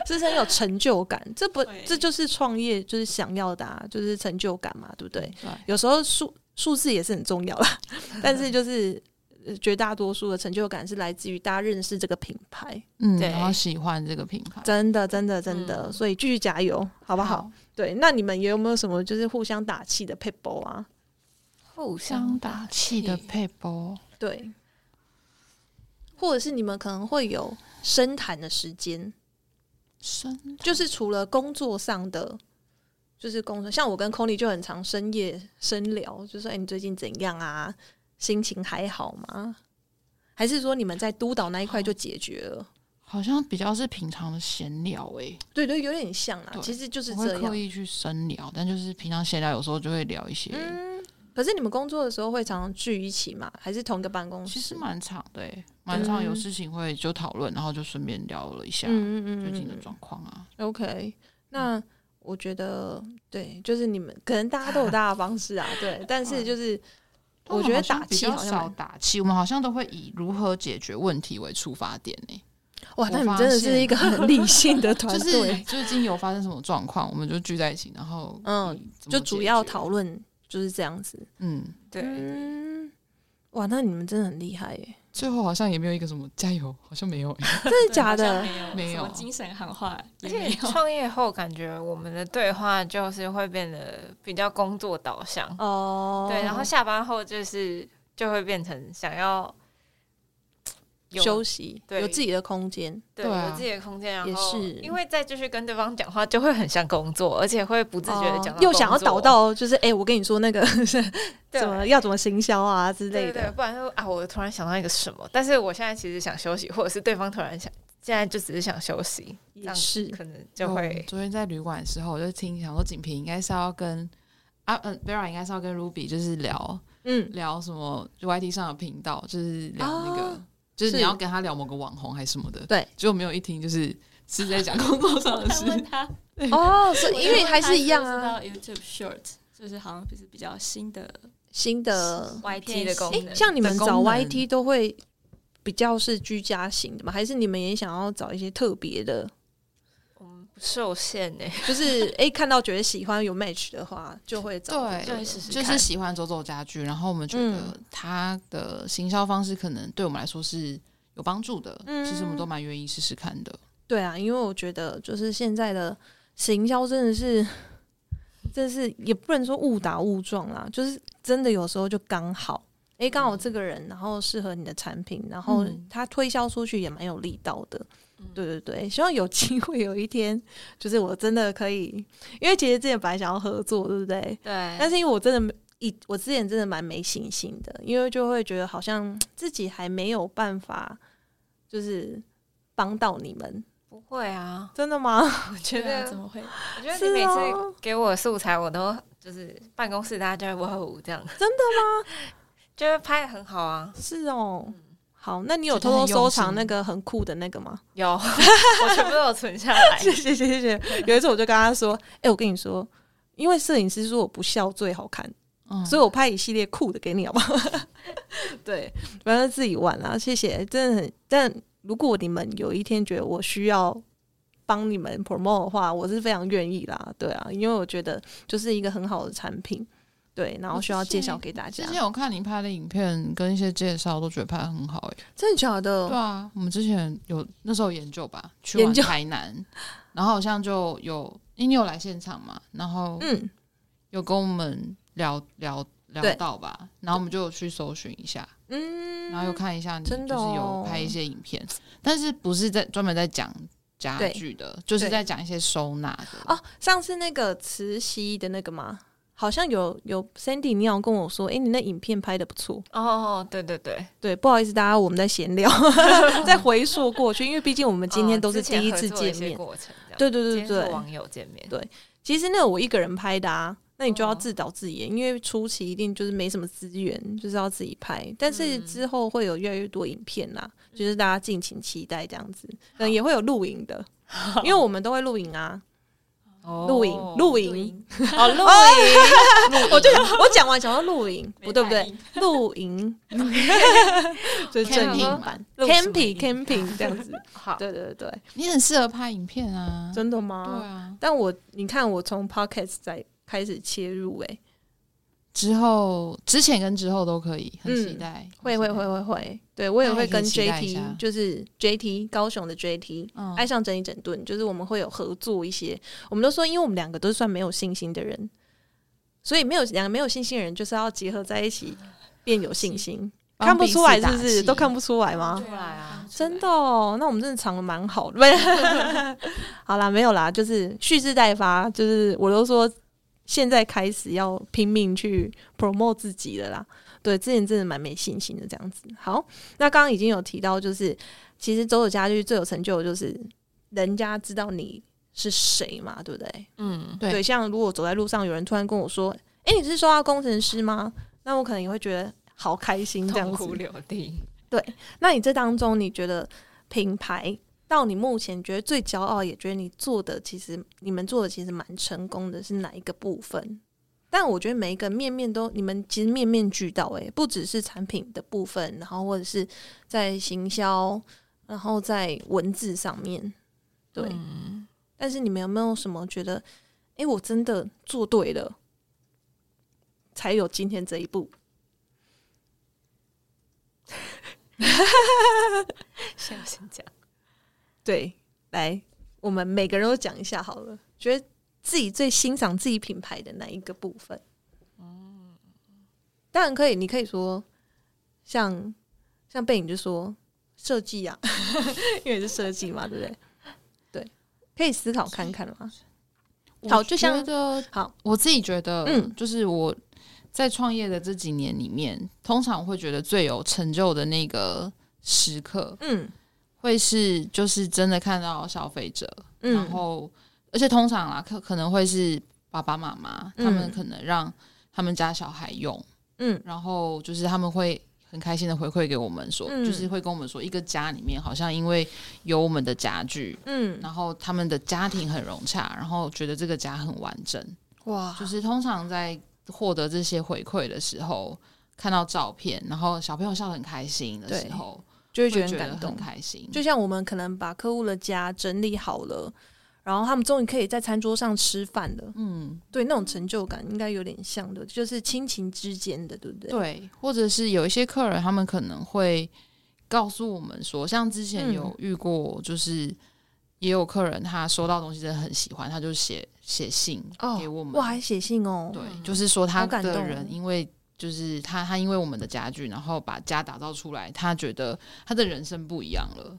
S3: 是不是很有成就感？这不，这就是创业就是想要的、啊，就是成就感嘛，对不对？
S4: 对，
S3: 有时候数数字也是很重要啦，但是就是呃绝大多数的成就感是来自于大家认识这个品牌，
S4: 嗯，
S1: 对
S4: 然后喜欢这个品牌，
S3: 真的，真的，真的。
S1: 嗯
S3: 所以继续加油，好不好？对，那你们也有没有什么就是互相打气的 people 啊？
S1: 互
S4: 相打气的配包，
S3: 对，或者是你们可能会有深谈的时间，
S4: 深
S3: 就是除了工作上的，就是工作，像我跟 Kony 就很常深夜深聊，就说：“哎、你最近怎样啊？心情还好吗？”还是说你们在督导那一块就解决了？
S4: 好像比较是平常的闲聊诶、
S3: 对对，有点像啦，
S4: 对
S3: 其实就是
S4: 不会
S3: 这
S4: 刻
S3: 样。
S4: 意去深聊，但就是平常闲聊有时候就会聊一些，
S3: 嗯，可是你们工作的时候会常常聚一起吗？还是同一个办公室？
S4: 其实蛮长的诶、
S3: 嗯
S4: 蛮长有事情会就讨论，然后就顺便聊了一下
S3: 嗯
S4: 最
S3: 嗯
S4: 近
S3: 嗯
S4: 的
S3: 嗯
S4: 状况啊，
S3: 嗯，OK，那。我觉得对，就是你们可能大家都有大家的方式啊，对，但是就是我觉得打气
S4: 好
S3: 好像
S4: 少打气，我们好像都会以如何解决问题为出发点呢、
S3: 哇，
S4: 我
S3: 那你
S4: 发
S3: 真的是
S4: 现
S3: 一个很理性 的团
S4: 就
S3: 队，
S4: 是 最近有发生什么状况，我们就聚在一起，然后
S3: 嗯
S4: 以怎
S3: 就
S4: 么解
S3: 主
S4: 决
S3: 要讨论就是这样子。
S4: 嗯，
S1: 对，
S3: 嗯，哇，那你们真的很厉害 耶！
S4: 最后好像也没有一个什么加油，好像没有、欸，
S3: 真的
S5: 对
S3: 假
S5: 好像
S3: 的？
S5: 没
S4: 没
S5: 有什
S4: 有
S5: 么精神喊话，
S1: 而
S5: 也
S1: 且
S5: 没 有。
S1: 创业后，感觉我们的对话就是会变得比较工作导向，
S3: 哦，
S1: 对，然后下班后就是就会变成想要有
S3: 休息，
S1: 对
S3: 有自己的空间，
S1: 对，
S4: 对啊
S1: 有自己的空间，
S3: 也
S1: 然后
S3: 是
S1: 因为再继续跟对方讲话，就会很像工作，而且会不自觉的
S3: 哦
S1: 讲、
S3: 又想要导到就是哎，我跟你说那个怎
S1: 对
S3: 么要怎么行销啊之
S1: 对
S3: 类
S1: 对对，
S3: 的。
S1: 不然就啊，我突然想到一个什么，但是我现在其实想休息，或者是对方突然想，现在就只是想休息，这
S3: 也
S1: 样
S3: 是，
S1: 可能就会
S4: 哦昨天在旅馆的时候，我就听想说景平应该是要跟啊嗯 Vera 应该是要跟 Ruby 就是聊
S3: 嗯，
S4: 聊什么 YT 上的频道，就是聊那个、
S3: 哦
S4: 就是你
S3: 是
S4: 要跟他聊某个网红还是什么 的，
S3: 对，
S4: 结果没有一听就是是在讲工 作上的
S5: 他
S4: 事，
S5: 问他，
S3: 哦，是因为
S5: 我就问他
S3: 还是一样
S5: 知不
S3: 啊，
S5: 知道 YouTube Short 就是好像就是比较新的
S3: 新的，
S1: YT 的功
S5: 片
S1: 能。
S3: 哎，像你们
S4: 的功
S3: 找
S4: 能
S3: YT 都会比较是居家型的吗？还是你们也想要找一些特别的？哦
S1: 我们不受限哎、
S3: 就是哎、看到觉得喜欢有 match 的话，就会找
S4: 对
S1: 就会试试
S4: 就
S1: 看，
S4: 是喜欢走走家具，然后我们觉得
S3: 嗯
S4: 他的行销方式可能对我们来说是有帮助的，
S3: 嗯
S4: 其实我们都蛮愿意试试看的。
S3: 对啊，因为我觉得就是现在的行销真的是，真的是也不能说误打误撞啦，就是真的有时候就刚好。诶，
S1: 嗯
S3: 刚好这个人，然后适合你的产品，然后
S4: 嗯
S3: 他推销出去也蛮有力道的。
S1: 嗯
S3: 对对对，希望有机会有一天，就是我真的可以，因为其实之前本来想要合作，对不对？但
S1: 对，
S3: 是因为我真的没以我之前真的蛮没信心的，因为就会觉得好像自己还没有办法，就是帮到你们。
S1: 不会啊，
S3: 真的吗？
S1: 我觉
S5: 对啊
S1: 得
S5: 怎么会？
S1: 我觉得
S3: 是
S1: 你每
S3: 哦
S1: 次给我素材，我都就是办公室大家就会哇哦这样，
S3: 真
S1: 的吗？ 就是拍的很好 啊，
S3: 是哦。好，那你有
S4: 觉
S3: 偷
S4: 得
S3: 偷
S4: 很
S3: 收
S4: 用
S3: 藏
S4: 心
S3: 那个很酷的那个吗？
S1: 有，我全部都有存下 来。
S3: 谢谢谢谢谢谢。有一次我就跟他说：“哎、我跟你说，因为摄影师说我不笑最好看，
S4: 嗯，
S3: 所以我拍一系列酷的给你，好不好？” 对，反正自己玩啦、谢谢，真的很。但如果你们有一天觉得我需要帮你们 promote 的话，我是非常愿意啦。对啊，因为我觉得就是一个很好的产品，对，然后需要介绍给大家
S4: 之。前我看你拍的影片跟一些介绍，都觉得拍的很好哎、
S3: 真的假
S4: 对
S3: 的？
S4: 啊，我们之前有那时候研究吧，去
S3: 研
S4: 完
S3: 究
S4: 台南，然后好像就有，因为你有来现场嘛，然后
S3: 嗯，
S4: 有跟我们聊聊
S3: 对
S4: 聊到吧，然后我们就有去搜寻一下，
S3: 嗯，
S4: 然后又看一下你就
S3: 真
S4: 是
S3: 的哦
S4: 有拍一些影片，但是不是在专门在讲家
S3: 对
S4: 具的，就是
S3: 对
S4: 在讲一些收纳的。
S3: 哦，上次那个慈禧的那个吗？好像有有 Sandy，你有跟我说，诶，你那影片拍的不错。
S1: 哦，对对对，
S3: 对，不好意思，大家我们在 闲聊，在回溯过去，因为毕竟我们今天
S1: 嗯
S3: 都是
S1: 之前
S3: 第一
S1: 合
S3: 次
S1: 作
S3: 见
S1: 些
S3: 面。
S1: 过程这样
S3: 对对对
S1: 今天是
S3: 对对，
S1: 网友见面
S3: 对，其实那我一个人拍的啊，那你就要
S1: 哦
S3: 自导自演，因为初期一定就是没什么资源，就是要自己拍。但是
S1: 嗯
S3: 之后会有越来越多影片啦，就是大家敬请期待这样子。可能也会有录影 的，因为我们都会录影啊，录影录
S5: 录
S3: 影
S5: 音
S1: 哦录 影，
S3: 我就想，我讲完讲到露营，
S5: 没
S3: 不对不
S5: 反
S3: 对，露营， 就是正
S1: 我
S3: 音
S1: 想
S3: 版
S1: 露什么
S3: ，camping
S1: 营
S3: camping 这样子，
S1: 好，
S3: 对对对，
S4: 你很适合拍影片啊，
S3: 真的
S4: 对
S3: 吗？
S4: 啊。
S3: 但我你看，我从 podcast 在开始切入，哎，
S4: 之后之前跟之后都可以，很期
S3: 嗯
S4: 待。
S3: 会
S4: 很期
S3: 会
S4: 待
S3: 会，会会，对我也
S4: 那
S3: 会
S4: 也可以
S3: 跟
S4: 期待一下
S3: JT，就是 JT 高雄的 JT，
S4: 嗯
S3: 爱上整理整顿，就是我们会有合作一些。我们都说，因为我们两个都算没有信心的人，所以没有两个没有信心的人，就是要结合在一起变有信心。
S4: 帮
S3: 看不
S4: 彼
S3: 出
S4: 此
S3: 来是
S4: 打
S3: 不是？
S4: 气
S3: 都看不出来吗？
S1: 出来啊
S3: 真的哦，那我们真的藏的蛮好的。 不是好啦，没有啦，就是蓄势待发，就是我都说现在开始要拼命去 promote 自己了啦。对，之前真的蛮没信心的这样子。好，那刚刚已经有提到，就是其实走走家具最有成就的就是人家知道你是谁嘛，对不对？
S1: 嗯，
S4: 对
S3: 对，像如果走在路上有人突然跟我说：“诶，你是收到工程师吗？”那我可能也会觉得好开心这样
S1: 痛
S3: 子。
S1: 哭流涕。
S3: 那你这当中，你觉得品牌到你目前觉得最骄傲，也觉得你做的其实你们做的其实蛮成功的，是哪一个部分？但我觉得每一个面面都，你们其实面面俱到、欸，诶，不只是产品的部分，然后或者是在行销，然后在文字上面，对。
S1: 嗯
S3: 但是你们有没有什么觉得，诶，我真的做对了，才有今天这一步？
S1: 先我先讲，
S3: 对，来，我们每个人都讲一下好了，觉得自己最欣赏自己品牌的哪一个部分？当然可以，你可以说像像背影就说设计啊， 因为是设计嘛，对不对？对，可以思考看看嘛。好就像
S4: 我觉得
S3: 好，
S4: 我自己觉得，
S3: 嗯
S4: 嗯，就是我在创业的这几年里面，通常会觉得最有成就的那个时刻，
S3: 嗯
S4: 会是就是真的看到消费者，然
S3: 嗯
S4: 后而且通常啦，可可能会是爸爸妈妈，
S3: 嗯
S4: 他们可能让他们家小孩用，
S3: 嗯
S4: 然后就是他们会。很开心的回馈给我们说，
S3: 嗯
S4: 就是会跟我们说，一个家里面好像因为有我们的家具，
S3: 嗯，
S4: 然后他们的家庭很融洽，然后觉得这个家很完整。
S3: 哇
S4: 就，是通常在获得这些回馈的时候，看到照片，然后小朋友笑得很开心的时候，
S3: 就会
S4: 会
S3: 觉得很
S4: 觉得
S3: 感动
S4: 很。开心。
S3: 就像我们可能把客户的家整理好了，然后他们终于可以在餐桌上吃饭了。
S4: 嗯，
S3: 对，那种成就感应该有点像的，就是亲情之间的，对不对？
S4: 对，或者是有一些客人，他们可能会告诉我们说，像之前
S3: 嗯
S4: 有遇过，就是也有客人他收到东西真的很喜欢，他就写写信
S3: 哦
S4: 给我们，
S3: 哇，还写信哦，
S4: 对，就是说他
S3: 好感
S4: 个
S3: 动哦
S4: 人因为就是他他因为我们的家具，然后把家打造出来，他觉得他的人生不一样了，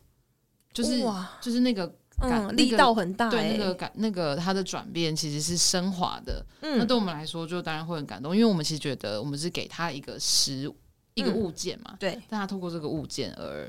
S4: 就是
S3: 哇
S4: 就是那个感、
S3: 嗯，
S4: 那
S3: 力
S4: 个
S3: 道很大、欸，
S4: 对那个感那个他的转变其实是升华的，那
S3: 嗯，
S4: 对我们来说就当然会很感动，因为我们其实觉得我们是给他一个实一个
S3: 嗯
S4: 物件嘛，
S3: 对，
S4: 但他透过这个物件而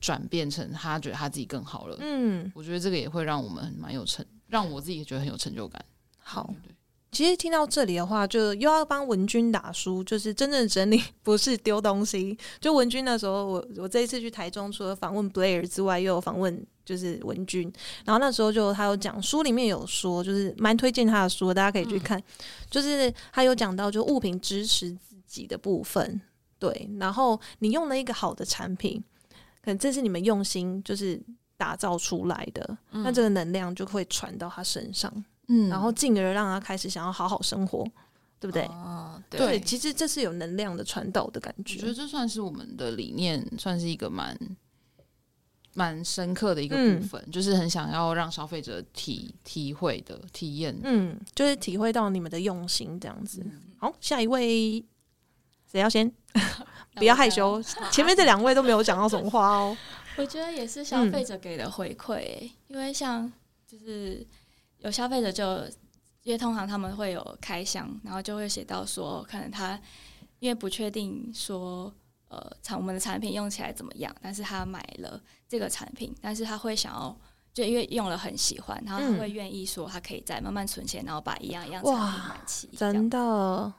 S4: 转变成他觉得他自己更好了，
S3: 嗯，
S4: 我觉得这个也会让我们蛮有成，让我自己觉得很有成就感。
S3: 好
S4: 对。对对
S3: 其实听到这里的话，就又要帮文君打书，就是真正整理不是丢东西。就文君那时候，我我这一次去台中，除了访问 Blair 之外，又有访问就是文君。然后那时候就他有讲书里面有说，就是蛮推荐他的书的，大家可以去看。就是他有讲到，就物品支持自己的部分，对。然后你用了一个好的产品，可能这是你们用心就是打造出来的，那这个能量就会传到他身上。
S4: 嗯
S3: 然后进而让他开始想要好好生活，对不对？
S1: 哦，
S4: 对
S3: 其实这是有能量的传导的感
S4: 我觉得
S3: 啊觉。
S4: 这算是我们的理念，算是一个蛮蛮深刻的一个
S3: 嗯
S4: 部分，就是很想要让消费者体体会的体验。
S3: 嗯，就是体会到你们的用心这样子。好，下一位，谁要先？不要害羞，前面这两位都没有讲到什么话哦。
S5: 我觉得也是
S3: 嗯
S5: 消费者给的回馈、欸因为像就是有消费者就，因为通常他们会有开箱，然后就会写到说，可能他因为不确定说，呃，产我们的产品用起来怎么样，但是他买了这个产品，但是他会想要。就因为用了很喜欢，然后他会愿意说他可以再慢慢存钱，然后把一样一样产
S3: 嗯
S5: 品
S3: 哇
S5: 买齐。这样
S3: 真的，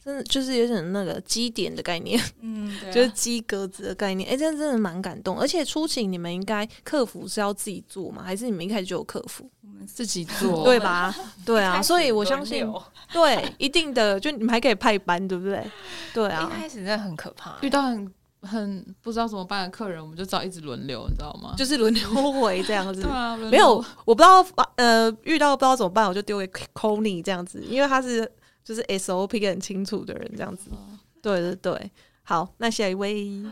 S3: 真的就是有点那个基点的概念，
S5: 嗯，对啊
S3: 就是基格子的概念。哎、这真的蛮感动。而且出勤你们应该客服是要自己做吗？还是你们一开始就有客服？
S5: 我们
S4: 自己做，
S3: 对吧？对啊，所以我相
S1: 开始
S3: 信
S1: 轮流
S3: 对，一定的，就你们还可以派班，对不对？对
S1: 一
S3: 啊，
S1: 开始真的很可怕，
S4: 遇到很很不知道怎么办的客人，我们就只好一直轮流，你知道吗？
S3: 就是轮流回这 样子
S4: 对。啊，轮
S3: 没
S4: 流
S3: 有，我不知道，呃，遇到不知道怎么办，我就丢给 Kony 这样子，因为他是就是 SOP 很清楚的人，这样子。
S1: 哦
S3: 对对对，好，那下一位，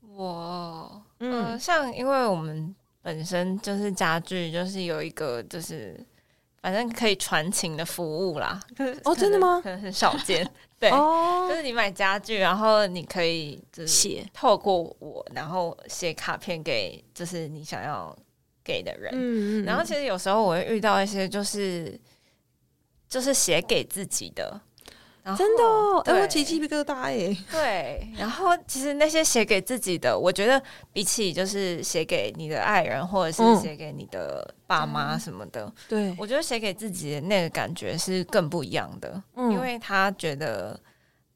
S1: 我呃，
S3: 嗯
S1: 像因为我们本身就是家具，就是有一个就是反正可以传情的服务啦。可是
S3: 哦真的吗
S1: 呃可能很少见，对，就
S3: 哦，
S1: 是你买家具，然后你可以就是
S3: 写，
S1: 透过我，然后写卡片给就是你想要给的人。
S3: 嗯
S1: 然后其实有时候我会遇到一些就是就是写给自己的，然后
S3: 真的哦，哎，
S1: 对
S3: 我起鸡皮疙瘩哎，
S1: 对，然后其实那些写给自己的，我觉得比起就是写给你的爱人，或者
S3: 嗯
S1: 是写给你的爸妈什么的，
S3: 对，
S1: 我觉得写给自己的那个感觉是更不一样的，
S3: 嗯
S1: 因为他觉得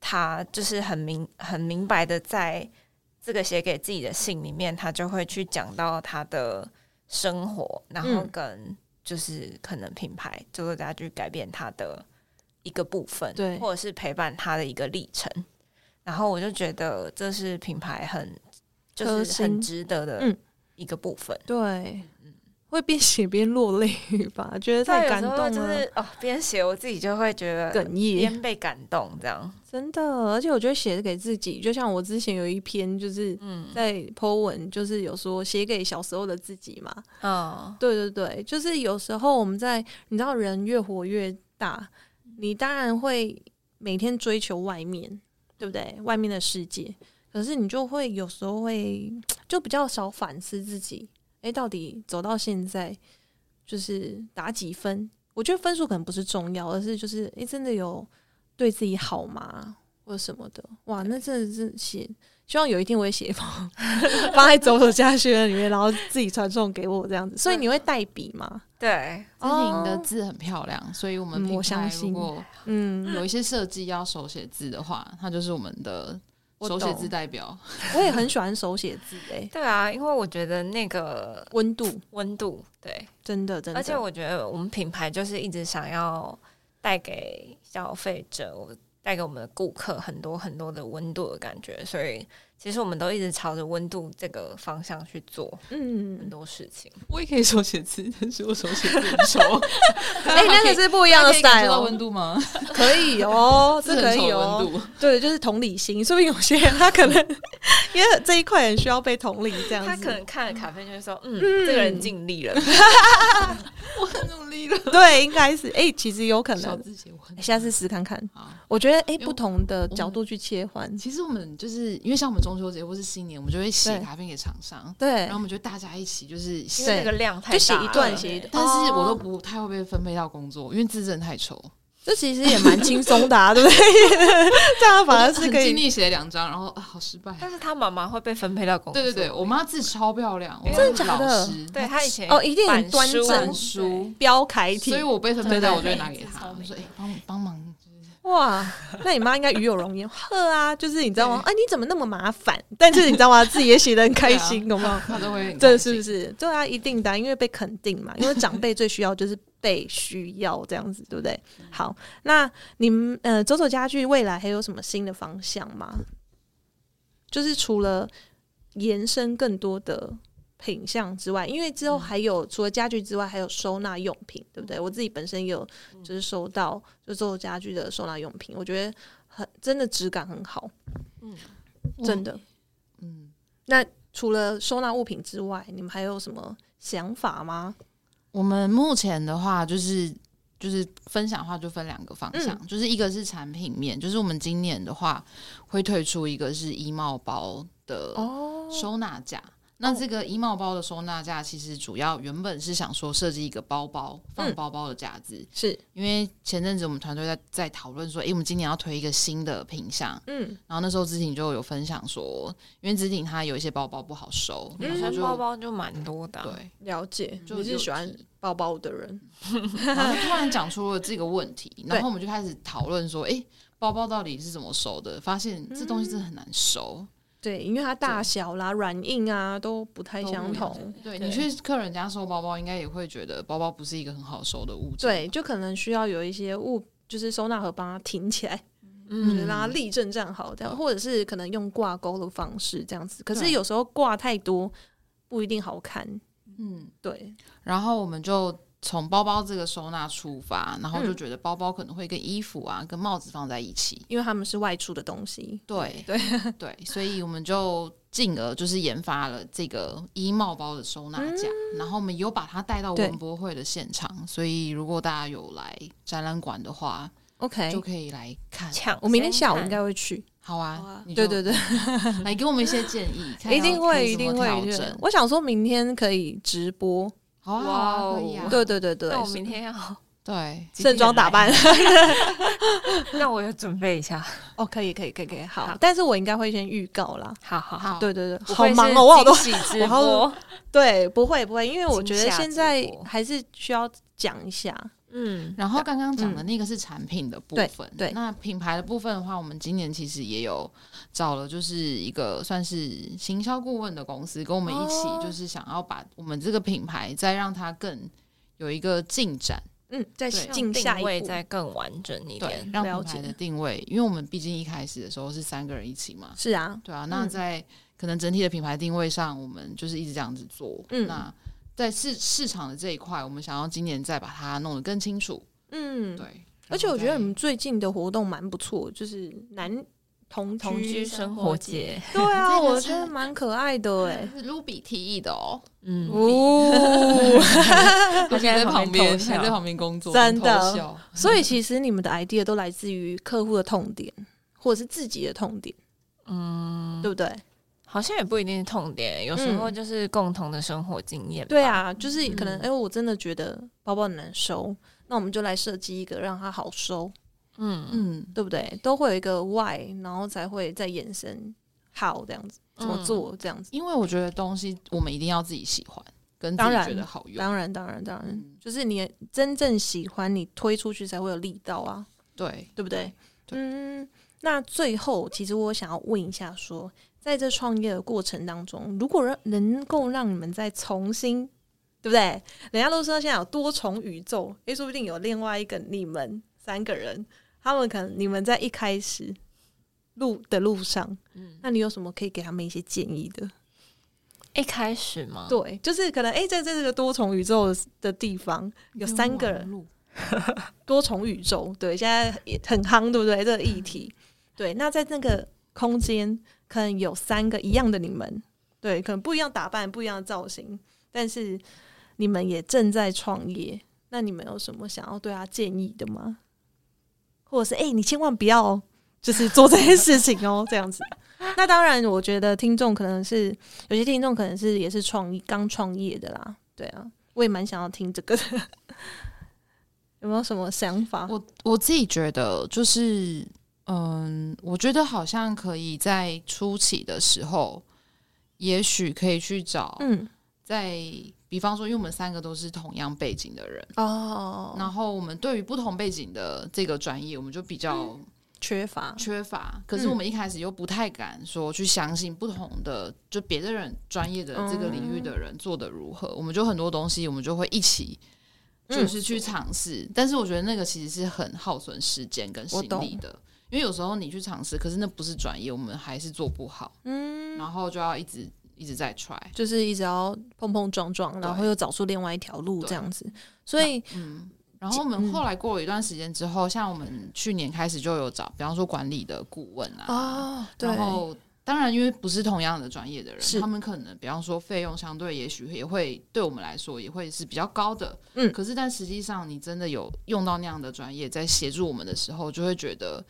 S1: 他就是很明很明白的在这个写给自己的信里面，他就会去讲到他的生活，然后
S3: 嗯
S1: 跟就是可能品牌这个家具改变他的一个部分，
S3: 对
S1: 或者是陪伴他的一个历程。然后我就觉得这是品牌很就
S3: 核
S1: 是
S3: 心
S1: 很值得的
S3: 嗯
S1: 一个部分。
S3: 对，
S1: 嗯
S3: 会边写边落泪吧，觉得太
S1: 有
S3: 感
S1: 时候
S3: 动
S1: 就
S3: 了，
S1: 是呃哦，边写我自己就会觉得
S3: 哽咽，
S1: 边被感动这样。
S3: 真的，而且我觉得写给自己，就像我之前有一篇就是
S1: 嗯
S3: 在 po 文，就是有说写给小时候的自己嘛。
S1: 嗯，
S3: 对对对，就是有时候我们在，你知道人越活越大，你当然会每天追求外面，对不对？外面的世界，可是你就会有时候会就比较少反思自己，诶，到底走到现在就是打几分？我觉得分数可能不是重要，而是就是诶，真的有对自己好吗？或者什么的，哇，那真的是写，希望有一天我也写一封放在走走家学院里面，然后自己传送给我这样子。
S4: 嗯
S3: 所以你会带笔吗？
S1: 对，
S4: 自己的
S3: 哦
S4: 字很漂亮，所以我们
S3: 嗯
S4: 品
S3: 我相
S4: 牌
S3: 信
S4: 如果
S3: 嗯，
S4: 有一些设计要手写字的话，它就是我们的
S3: 我
S4: 手写
S3: 懂
S4: 字代表。
S3: 我也很喜欢手写字诶、
S1: 对啊，因为我觉得那个
S3: 温度
S1: 温度，对，
S3: 真的真的，
S1: 而且我觉得我们品牌就是一直想要带给消费者，带给我们的顾客很多很多的温度的感觉，所以其实我们都一直朝着温度这个方向去做很
S3: 嗯，
S1: 多事情。
S4: 我也可以手写字，但是我手写字很 丑。
S3: 哎、 那个是不一样的
S4: 可以感受
S3: style，
S4: 到
S3: 哦
S4: 温度吗？
S3: 可以 哦，
S4: 是
S3: 这可
S4: 很丑
S3: 以
S4: 的
S3: 哦，
S4: 温度。
S3: 对，就是同理心，说不定有些人他可能因为这一块很需要被同理，这样
S1: 嗯
S3: 子。
S1: 他可能看了卡片就会说，嗯，这个人尽力了。
S4: 我很努力了。
S3: 对，应该是哎、欸，其实有可
S4: 小
S3: 能，哎
S4: 自己我很
S3: 下次试看看。
S4: 好。
S3: 我觉得哎、欸
S4: 因为嗯
S3: 不同的角度去切换，
S4: 其实我们就是因为像我们中秋节或是新年，我们就会写
S3: 对
S4: 卡片给厂商，
S3: 对
S4: 然后我们就大家一起就是
S1: 因
S4: 写。
S1: 为那个量太大
S3: 就写一段
S1: 了
S3: 写一段
S4: 但是我
S3: 哦
S4: 都不太会被分配到工作，因为字真的太丑。
S3: 这其实也蛮轻松的、啊，对不 对？这样反而是
S4: 很
S3: 可
S4: 尽
S3: 以。
S4: 力写两张，然后啊，好失败。
S1: 但是他妈妈会被分配到工作，
S4: 对对对，我妈字超漂亮，我妈
S3: 真的
S4: 是
S3: 假
S4: 老
S3: 的
S4: 师
S1: 对他以前
S3: 哦一定很
S1: 板
S3: 端
S1: 书
S3: 正
S4: 证书，
S3: 标楷体
S4: 所以，我被分配到，我就
S5: 对
S4: 会拿给
S5: 字
S4: 她，
S5: 超
S4: 我
S5: 美
S4: 说：“哎，帮 帮忙。
S3: 哇！那你妈应该与有荣焉。 呵啊，就是你知道吗？哎、你怎么那么麻烦？但是你知道吗？自己也写的很开
S4: 啊
S3: 心，懂”吗？
S4: 她都会很
S3: 这
S4: 开
S3: 是
S4: 心
S3: 不是？ 对啊，一定的啊、因为被肯定嘛，因为长辈最需要就是被需要这样子，对不对？好，那你们呃，走走家具未来还有什么新的方向吗？就是除了延伸更多的品相之外，因为之后还有、除了家具之外，还有收纳用品，对不对？我自己本身也有就是收到就走走家具的收纳用品，我觉得很真的质感很好，真的。
S4: 嗯，
S3: 除了收纳物品之外，你们还有什么想法吗？
S4: 我们目前的话就是。就是分享的话，就分两个方向，
S3: 嗯
S4: 就是一个是产品面，就是我们今年的话会推出一个是衣帽包的
S3: 哦
S4: 收纳架。那这个衣帽包的收纳架，其实主要原本是想说设计一个包包放
S3: 嗯
S4: 包包的架子，
S3: 是，
S4: 因为前阵子我们团队在在讨论说，诶，我们今年要推一个新的品相，
S3: 嗯，
S4: 然后那时候子婷就有分享说，因为子婷她有一些包包不好收，
S1: 女
S4: 然
S3: 嗯
S4: 后
S1: 生
S4: 就
S1: 包包就蛮多的啊、
S4: 嗯对，
S3: 了解，嗯
S4: 就
S3: 你是
S4: 有
S3: 喜欢嗯
S4: 提
S3: 包包的人，
S4: 然后就突然讲出了这个问题，然后我们就开始讨论说，诶，包包到底是怎么收的？发现这东西真的很难收，
S3: 对，因为它大小啦、软硬啊都不太
S4: 都
S3: 相
S4: 不一样
S3: 同，
S4: 对
S3: 嗯对
S4: 你去客人家收包包，应该也会觉得包包不是一个很好收的物质。
S3: 对，，就可能需要有一些物，就是收纳盒帮它挺起来，
S4: 嗯
S3: 就是让它立正站好，这样，或者是可能用挂钩的方式这样子。可是
S4: 对
S3: 有时候挂太多不一定好看，
S4: 嗯，
S3: 对，
S4: 然后我们就。从包包这个收纳出发，然后就
S3: 嗯
S4: 觉得包包可能会跟衣服啊、跟帽子放在一起，
S3: 因为他们是外出的东西，
S4: 对
S3: 对
S4: 对，所以我们就进而就是研发了这个衣帽包的收纳架，然后我们有把它带到
S3: 嗯对
S4: 文博会的现场，所以如果大家有来展览馆的话，
S3: ，OK
S4: 就。可以来看。
S1: 抢。
S3: 我明天下午应
S1: 看
S3: 该会去，
S4: 好啊，
S5: 好啊
S4: 你
S3: 对
S4: 就
S3: 对对，
S4: 来给我们一些建 议，看
S3: 一定
S4: 要
S3: 会，
S4: 可以
S3: 一
S4: 怎
S3: 定
S4: 么
S3: 会
S4: 调
S3: 去
S4: 整。
S3: 我想说明天可以直播，
S4: 好啊，好
S1: 哇
S4: 啊
S1: 哦
S4: 可以啊，
S3: 对对对对，
S1: 那我明天要，
S4: 对，
S3: 盛装打扮，
S1: 那我要准备一下。
S3: 哦，可以，可以，可以，可以，好。
S1: 好
S3: 但是我应该会先预告啦。
S1: 好好好，
S4: 好，
S3: 对对对，
S1: 不
S3: 好
S1: 愧
S3: 忙
S1: 是
S3: 哦，我好多
S1: 惊喜直
S3: 我好多
S1: 播，
S3: 对，不会不会，因为我觉
S1: 惊
S3: 得
S1: 吓
S3: 现
S1: 直
S3: 在
S1: 播
S3: 还是需要讲一下。
S1: 嗯，
S4: 然后刚刚讲的那个是产品的部分，
S3: 对对
S4: 那品牌的部分的话，我们今年其实也有找了，就是一个算是行销顾问的公司，跟我们一起
S3: 哦，
S4: 就是想要把我们这个品牌再让它更有一个进展，
S3: 嗯，再
S4: 对
S3: 进下
S1: 定位
S3: 一步。
S1: 再更完整一
S4: 对
S1: 点，。
S4: 让
S3: 了
S4: 品
S3: 解
S4: 牌的定位，因为我们毕竟一开始的时候是三个人一起嘛，
S3: 是啊，
S4: 对啊，那在可能整体的品牌定位上，我们就是一直这样子做，
S3: 嗯
S4: 那在市市场的这一块，我们想要今年再把它弄得更清楚，
S3: 嗯，
S4: 对。
S3: 而且
S4: 然后
S3: 我觉得
S4: 再
S3: 你们最近的活动蛮不错，就是男同
S1: 同居
S3: 居。
S1: 生活节，
S3: 对啊，
S4: 在
S3: 我
S4: 那
S3: 觉得
S4: 是
S3: 蛮可爱的哎。
S4: 是 Ruby 提议的哦，
S1: 嗯，
S3: 哦，
S1: 他现在
S4: 旁
S1: 边偷
S4: 边，
S1: 笑
S4: 还在旁边工作，
S3: 真的
S4: 偷笑
S3: 所以其实你们的 idea 都来自于客户的痛点，或者是自己的痛点，嗯，对不对？
S1: 好像也不一定是痛点，有时候就是共同的生活经验。
S3: 嗯对，啊，就是可能，哎、我真的觉得包包很难收，那我们就来设计一个让它好收，
S1: 嗯，
S4: 嗯，
S3: 对不对？都会有一个 why，然后才会再延伸 how 这样子，怎么做这样子。
S4: 因为我觉得东西我们一定要自己喜欢，跟自
S3: 当
S4: 己
S3: 然
S4: 觉得好用，
S3: 当然，当然，当然，
S4: 嗯
S3: 就是你真正喜欢，你推出去才会有力道啊，
S4: 对，
S3: 对不对？
S4: 对
S3: 嗯，那最后，其实我想要问一下说在这创业的过程当中，如果让能够让你们再重新，对不对？人家都说现在有多重宇宙，诶，说不定有另外一个你们三个人，他们可能你们在一开始路的路上，
S1: 嗯
S3: 那你有什么可以给他们一些建议的？
S1: 一开始嘛，
S3: 对，就是可能诶，在在这个多重宇宙的地方，有三个人，
S4: 人，
S3: 多重宇宙，对，现在也很夯，对不对？这个议题，对，那在那个空间，可能有三个一样的你们，对，可能不一样打扮，不一样的造型，但是你们也正在创业，那你们有什么想要对他建议的吗？或者是哎、欸，你千万不要就是做这件事情哦，这样子。那当然，我觉得听众可能是有些听众可能是也是创刚创业的啦，对啊，我也蛮想要听这个的。 有没有什么想法？
S4: 我我自己觉得就是，嗯，我觉得好像可以在初期的时候，也许可以去找，嗯，在比方说，因为我们三个都是同样背景的人哦，然后我们对于不同背景的这个专业，我们就比较、嗯。
S3: 缺乏，
S4: 缺乏。可是我们一开始又不太敢说去相信不同的，嗯、就别的人专业的这个领域的人做的如何，嗯、我们就很多东西我们就会一起，
S3: 嗯
S4: 就是去尝试。嗯、但是我觉得那个其实是很耗损时间跟心力的，因为有时候你去尝试，可是那不是专业，我们还是做不好。嗯，然后就要一直一直在 try，
S3: 就是一直要碰碰撞撞，然后又找出另外一条路这样子。所以，
S4: 嗯。然后我们后来过了一段时间之后，像我们去年开始就有找，比方说管理的顾问啊，哦、对然后当然因为不是同样的专业的人，他们可能比方说费用相对也许也会对我们来说也会是比较高的，嗯，可是但实际上你真的有用到那样的专业在协助我们的时候，就会觉得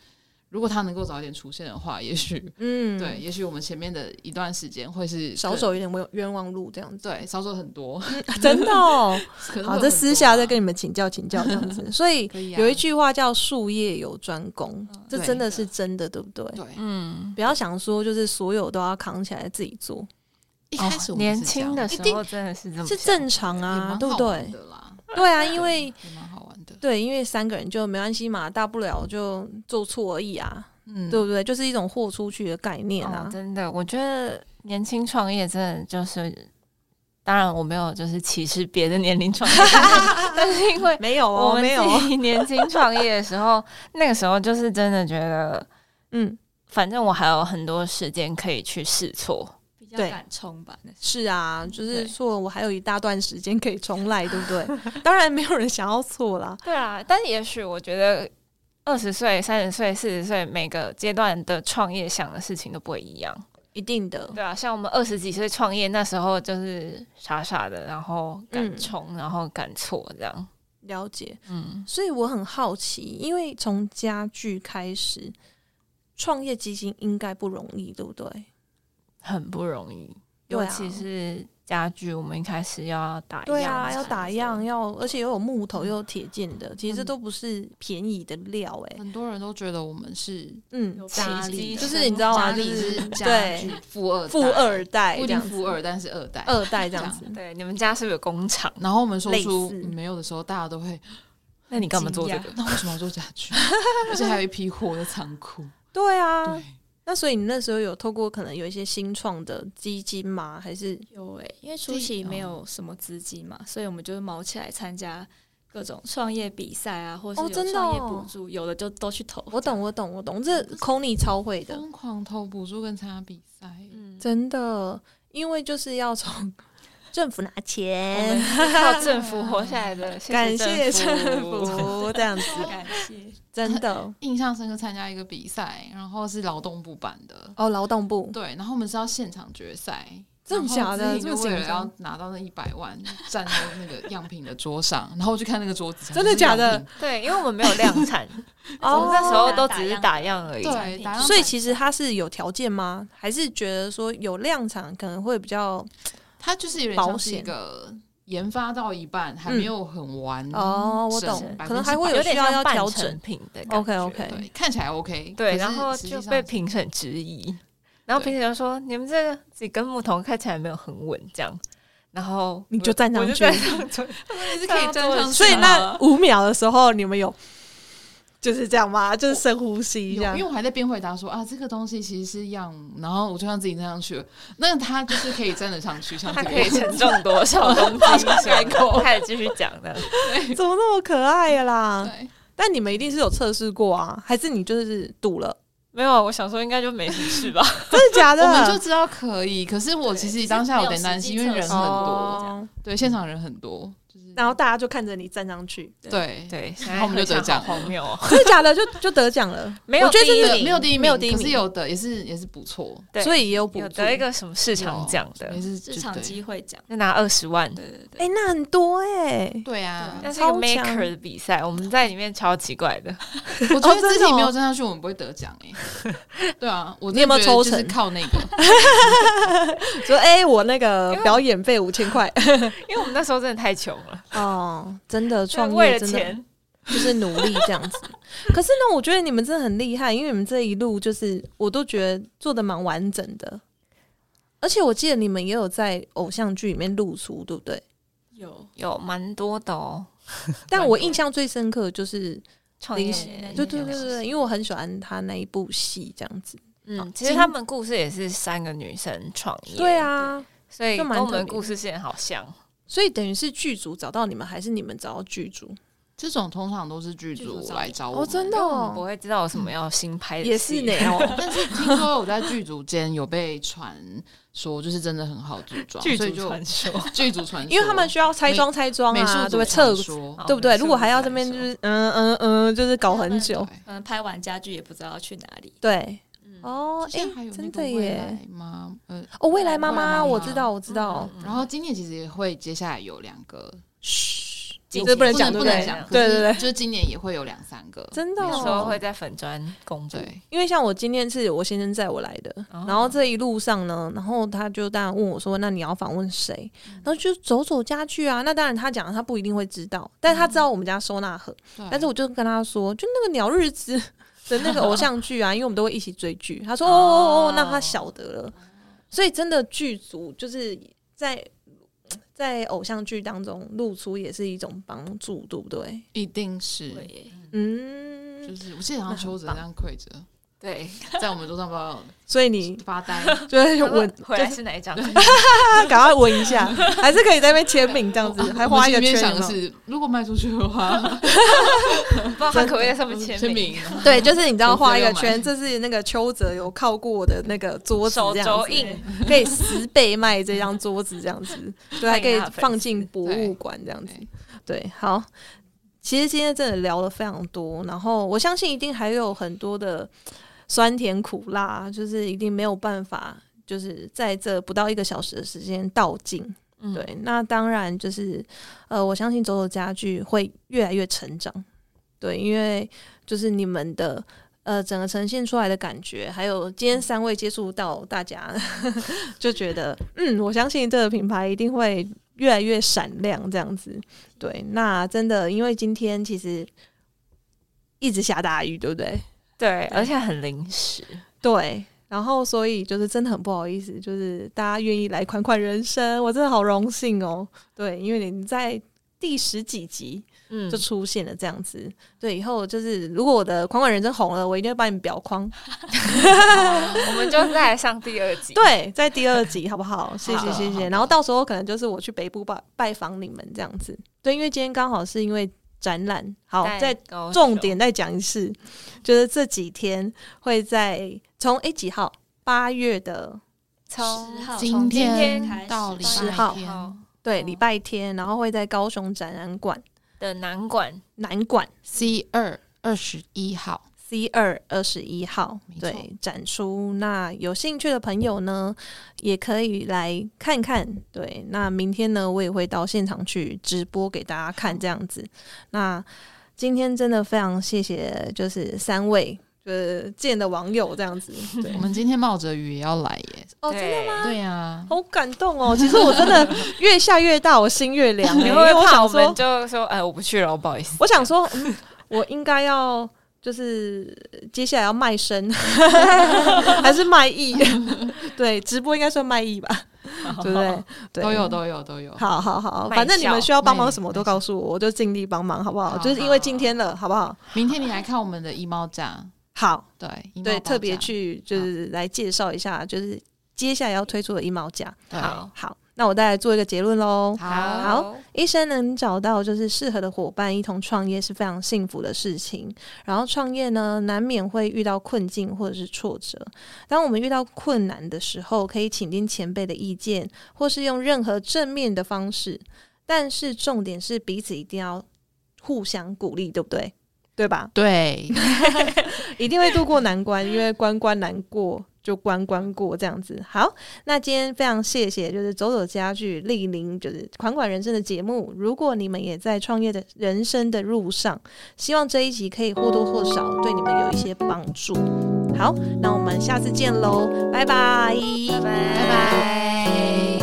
S4: 如果他能够早点出现的话，也 许嗯，对，也许我们前面的一段时间会是
S3: 少走一点冤冤枉路这 样子，
S4: 对，少走很多，
S3: 真的啊哦。好，这私下再跟你们请教请教这样子，所 以
S1: 啊嗯
S3: 有一句话叫“术业有专攻”，这真的是真嗯的，对不对？
S4: 对，嗯，
S3: 不要想说就是所有都要扛起来自己做。
S4: 一
S3: 哦
S4: 开始
S1: 年轻的时候真的是这么
S3: 是正常啊，对不对？对啊，因为
S4: 蛮好玩的，
S3: 对，因为三个人就没关系嘛，大不了就做错而已啊，嗯，对不对？就是一种豁出去的概念啊，
S1: 哦真的，我觉得年轻创业真的就是。当然，我没有就是歧视别的年龄创业，但是 因为
S3: 没有哦
S1: 我
S3: 们自
S1: 己 年轻创业的时候，那个时候就是真的觉得，嗯，反正我还有很多时间可以去试错，
S5: 比较敢冲吧。
S3: 是啊，就是错，我还有一大段时间可以重 来，对不对？当然，没有人想要错啦。
S1: 对啊，但也许我觉得二十岁、三十岁、四十岁每个阶段的创业想的事情都不会一样。
S3: 一定的，
S1: 对啊，像我们二十几岁创业那时候，就是傻傻的，然后敢冲，嗯、然后敢错，这样
S3: 了解。嗯，所以我很好奇，因为从家具开始，创业基金应该不容易，对不对？
S1: 很不容易，尤其是家具，我们一开始要打样，
S3: 对啊，要打样，嗯要而且又有木头，又有铁件的，其实都不是便宜的料哎。
S4: 很多人都觉得我们是
S3: 嗯，
S4: 家里
S3: 就是你知道吗？
S4: 就是对富二
S3: 富二代
S4: 不仅富二，但是二代
S3: 二代这样子。
S1: 对，你们家是不是有工厂？
S4: 然后我们说出没有的时候，大家都会，
S1: 那你干嘛做这个？
S4: 那为什么要做家 具？而且还有一批货在仓库。
S3: 对啊。那所以你那时候有透过可能有一些新创的基金吗？还是
S5: 有诶、欸，因为初期没有什么资金嘛，所以我们就是毛起来参加各种创业比赛啊，或是有创业补助，
S3: 哦哦、
S5: 有的就都去投。
S3: 我懂，我懂，我懂，这 Kony 超会的，
S4: 疯狂投补助跟参加比赛，嗯，
S3: 真的，因为就是要从。政府拿 钱，
S1: 靠政府活下来的，
S3: 感谢
S1: 政
S3: 府这样子，
S5: 感谢
S3: 真的
S4: 印象深刻。参加一个比赛，然后是劳动部办的
S3: 哦，劳动部
S4: 对，然后我们是要现场决赛，
S3: 真的假的？
S4: 就为了要拿到那一百万，站在那个样品的桌上，然后我去看那个桌子，
S3: 真的假的？
S1: 对，因为我们没有量产，我们那时候都只是打样而已，
S4: 对，打样。
S3: 哦所以其实它是有条件吗？还是觉得说有量产可能会比较？
S4: 它就是有点像是一个研发到一半还没有很完、嗯、
S3: 哦，我懂，可能还会有需要要调整
S1: 品的。
S3: OK OK，
S4: 看起来 OK，
S1: 对，然后就被评审质疑，然后评审就说你们这几根木头看起来没有很稳，这样，然后
S3: 你就站上去，
S1: 站上去，
S4: 也是可以站上去。
S3: 所以那五秒的时候，你们有。就是这样嘛，就是深呼吸一下。
S4: 因为我还在边回答说啊，这个东西其实是样，然后我就让自己站上去了。那他就是可以站得 上去，像
S1: 他可以承重多少东 西？
S4: 开口
S1: 开始继续讲的，
S3: 怎么那么可爱啦？
S4: 对，
S3: 但你们一定是有测试过啊，还是你就是赌了？
S1: 没有，我想说应该就没什么事吧？
S3: 真的假的？
S4: 我们就知
S1: 哦
S4: 道可以，可是我其实当下有点担心，因为人很多，对，现场人很多。就是
S3: 然后大家就看着你站上去，
S4: 对
S1: 对， 现
S4: 然
S1: 在
S4: 后我们就得
S1: 回想
S4: 奖
S1: 好荒谬哦，
S3: 真的假的？就就得奖了，
S1: 没有
S3: 我觉得
S1: 第一名
S3: 这是
S4: 对没有第一名，
S1: 没有第一
S4: 可是
S1: 名
S4: 有的也是也是不错，
S1: 对
S3: 所以也有补
S1: 有
S3: 助。
S1: 得一个什么市场奖的
S4: 也，是
S5: 市场机会奖，
S1: 就拿二十万的，
S5: 对对对，
S3: 哎、那很多哎、
S4: 对啊，
S1: 那是一个
S3: 超强
S1: maker 的比赛，我们在里面超奇怪的，
S4: 我觉
S3: 哦
S4: 得
S3: 真
S4: 自
S3: 的
S4: 己没有
S3: 哦
S4: 站上去，我们不会得奖哎。 对啊，我
S3: 你有没有
S4: 真的觉得
S3: 抽
S4: 就是
S3: 成
S4: 靠那个，
S3: 说哎、我那个
S1: 因为
S3: 表演费五千块
S1: 因为我们那时候真的太穷了，
S3: 哦，真的
S1: 就是
S3: 创
S1: 为
S3: 业
S1: 了
S3: 真的
S1: 钱，
S3: 就是努力这样子。可是呢，我觉得你们真的很厉害，因为你们这一路就是我都觉得做的蛮完整的，而且我记得你们也有在偶像剧里面露出，对不对？
S5: 有
S1: 有蛮多的哦。
S3: 但我印象最深刻就是，
S1: 创
S3: 临
S1: 业
S3: 时
S1: 人
S5: 对
S3: 对
S1: 员
S3: 对
S1: 工
S3: 对对，因为我很喜欢他那一部戏，这样子。
S1: 嗯，其实他们故事也是三个女生创业，
S3: 对，啊，
S1: 所以
S3: 就
S1: 跟
S3: 蛮
S1: 我
S3: 特
S1: 们
S3: 别
S1: 故事线好像。
S3: 所以等于是剧组找到你们，还是你们找到剧组？
S4: 这种通常都是剧
S1: 剧组
S4: 组
S1: 找
S4: 来
S1: 你
S3: 哦
S4: 找我们，
S1: 因为我们不会知道有什么要新拍的戏，
S3: 啊也是呢 哦。
S4: 但是听说我在剧组间有被传说，就是真的很好组装，
S1: 剧
S4: 所
S1: 组
S4: 以就
S1: 传说，
S4: 剧组传说，
S3: 因为他们需要拆装拆装
S4: 美术
S3: 啊，对不
S4: 组
S3: 对？测
S4: 传说
S1: 好
S3: 对不对？
S4: 美术
S3: 如果还要
S4: 组
S3: 这边
S4: 传
S3: 就
S4: 说
S3: 是嗯嗯嗯，就是搞很久，
S4: 对
S5: 可能呃拍完家具也不知道去哪里，
S3: 对。哦，
S4: 之
S3: 哎
S4: 前还有，
S3: 真
S4: 那
S3: 的
S4: 个未
S3: 耶！
S4: 来吗？呃，
S3: 哦，未来妈
S4: 未来妈
S3: 妈，
S4: 嗯妈
S3: 我知道，我知道。
S4: 然
S1: 嗯
S4: 后今年其实也会接下来有两个，
S3: 嘘，
S1: 紧
S3: 这
S1: 急
S3: 不能
S1: 不
S3: 讲，
S1: 能
S3: 对
S1: 不
S4: 不
S3: 对
S4: 能
S1: 能
S4: 讲
S1: 讲，
S3: 对对对
S4: 就是今年也会有两三个，
S3: 真的
S1: 那
S3: 哦
S1: 时候会在粉砖公布。
S4: 对，
S3: 因为像我今天是我先生载我来的，
S1: 哦
S3: 然后这一路上呢，然后他就当然问我说：“那你要访问谁？”然后就走走家具啊。那当然他讲了他不一定会知道，但他知道我们家收纳盒。
S4: 对
S3: 但是我就跟他说，就那个鸟日子的那个偶像剧啊，因为我们都会一起追剧。他说：“哦哦哦，那他晓得了。”所以真的剧组就是在在偶像剧当中露出也是一种帮助，对不对？
S4: 一定是，
S5: 对耶，
S3: 嗯，
S4: 就是我记得好像邱泽这样跪着，
S1: 对，
S4: 在我们桌上不知道
S3: 所以你
S4: 发 呆，
S3: 就 会问，
S1: 回来是哪一 张？
S3: 他赶快闻一下，还是可以在那边签名这样子，还
S4: 我
S3: 画一
S4: 心
S3: 个
S4: 里面
S3: 圈哦有
S4: 想的
S3: 没有
S4: 是，如果卖出去的话，
S1: 不知道他可不可以在上面签
S4: 签
S1: 名？
S4: 名，
S3: 对，就是你知道画一个圈，
S4: 我
S3: 这是那个邱泽有靠过我的那个桌子
S1: 手
S3: 这样
S1: 肘
S3: 子，
S1: 印，
S3: 可以十倍卖这张桌子这样子，对，还可以放进博物馆这样子。对，好，其实今天真的聊了非常多，然后我相信一定还有很多的酸甜苦辣，就是一定没有办法，就是在这不到一个小时的时间道尽。
S1: 嗯
S3: 对，那当然就是，呃，我相信走走家具会越来越成长，对，因为就是你们的呃整个呈现出来的感觉，还有今天三位接触到大家， 就觉得嗯，我相信这个品牌一定会越来越闪亮这样子。对，那真的因为今天其实一直下大雨，对不对？
S1: 对，而且很临时。
S3: 对。然后，所以就是真的很不好意思，就是大家愿意来款款人生，我真的好荣幸哦。对，因为你在第十几集
S1: 嗯
S3: 就，出现了这样子。对，以后就是如果我的款款人生红了，我一定会把你裱框。
S1: 我们就再来上第二集。
S3: 嗯对，在第二集好不好？谢谢
S1: 好
S3: 谢谢。然后到时候可能就是我去北部拜拜访你们这样子。对，因为今天刚好是因为展览，好
S1: 在
S3: 在
S1: 高雄
S3: 重点再讲一次，就是这几天会在从诶几号？八月的
S1: 从
S5: 10号
S4: 啊今
S1: 天
S5: 开始
S4: 到礼
S3: 10
S4: 拜
S3: 号
S4: 天，
S3: 对
S1: 哦
S3: 礼拜天，然后会在高雄展览馆
S1: 的南馆，
S3: 南馆
S4: C 二二十一号，
S3: C 二二十一号
S4: 没错
S3: 对展出。那有兴趣的朋友呢，也可以来看看。对，那明天呢，我也会到现场去直播给大家看这样子。那今天真的非常谢谢，就是三位。就是见的网友这样子， 对
S4: 我们今天冒着雨也要来耶，
S3: 哦，真的
S1: 对
S3: 吗？
S4: 对啊呀，
S3: 好感动哦！其实我真的越下越大，我心越凉、 欸。
S1: 你会
S3: 因
S1: 不
S3: 为
S1: 会
S3: 我
S1: 怕
S3: 想
S1: 我
S3: 说
S1: 们，就说，哎，我不去了，我不好意思。
S3: 我想说，嗯、我应该要就是接下来要卖身， 还是卖艺？ 对，直播应该算卖艺吧，对不对？对，
S4: 都有。都有都有，
S3: 好好好，
S1: 卖
S3: 反正你们
S1: 笑
S3: 需要帮忙
S4: 卖
S3: 什么都告诉我，我就尽力帮忙，好不好？
S4: 好
S3: 就是因为今天了，好不好？
S4: 明天你来看我们的衣帽展，
S3: 好，
S4: 对衣帽
S3: 对，
S4: 报
S3: 特别
S4: 展
S3: 去就是来介绍一下，就是接下来要推出的衣帽架。
S4: 对
S1: 好
S3: 好，那我再来做一个结论喽。
S4: 好。
S3: 好，一生能找到就是适合的伙伴一同创业是非常幸福的事情。然后创业呢，难免会遇到困境或者是挫折。当我们遇到困难的时候，可以倾听前辈的意见，或是用任何正面的方式。但是重点是彼此一定要互相鼓励，对不对？对吧？
S4: 对，
S3: 一定会度过难关，因为关关难过就关关过这样子。好，那今天非常谢谢，就是走走家具莅临，就是款款人生的节目。如果你们也在创业的人生的路上，希望这一集可以或多或少对你们有一些帮助。好，那我们下次见喽，拜拜，
S1: 拜拜。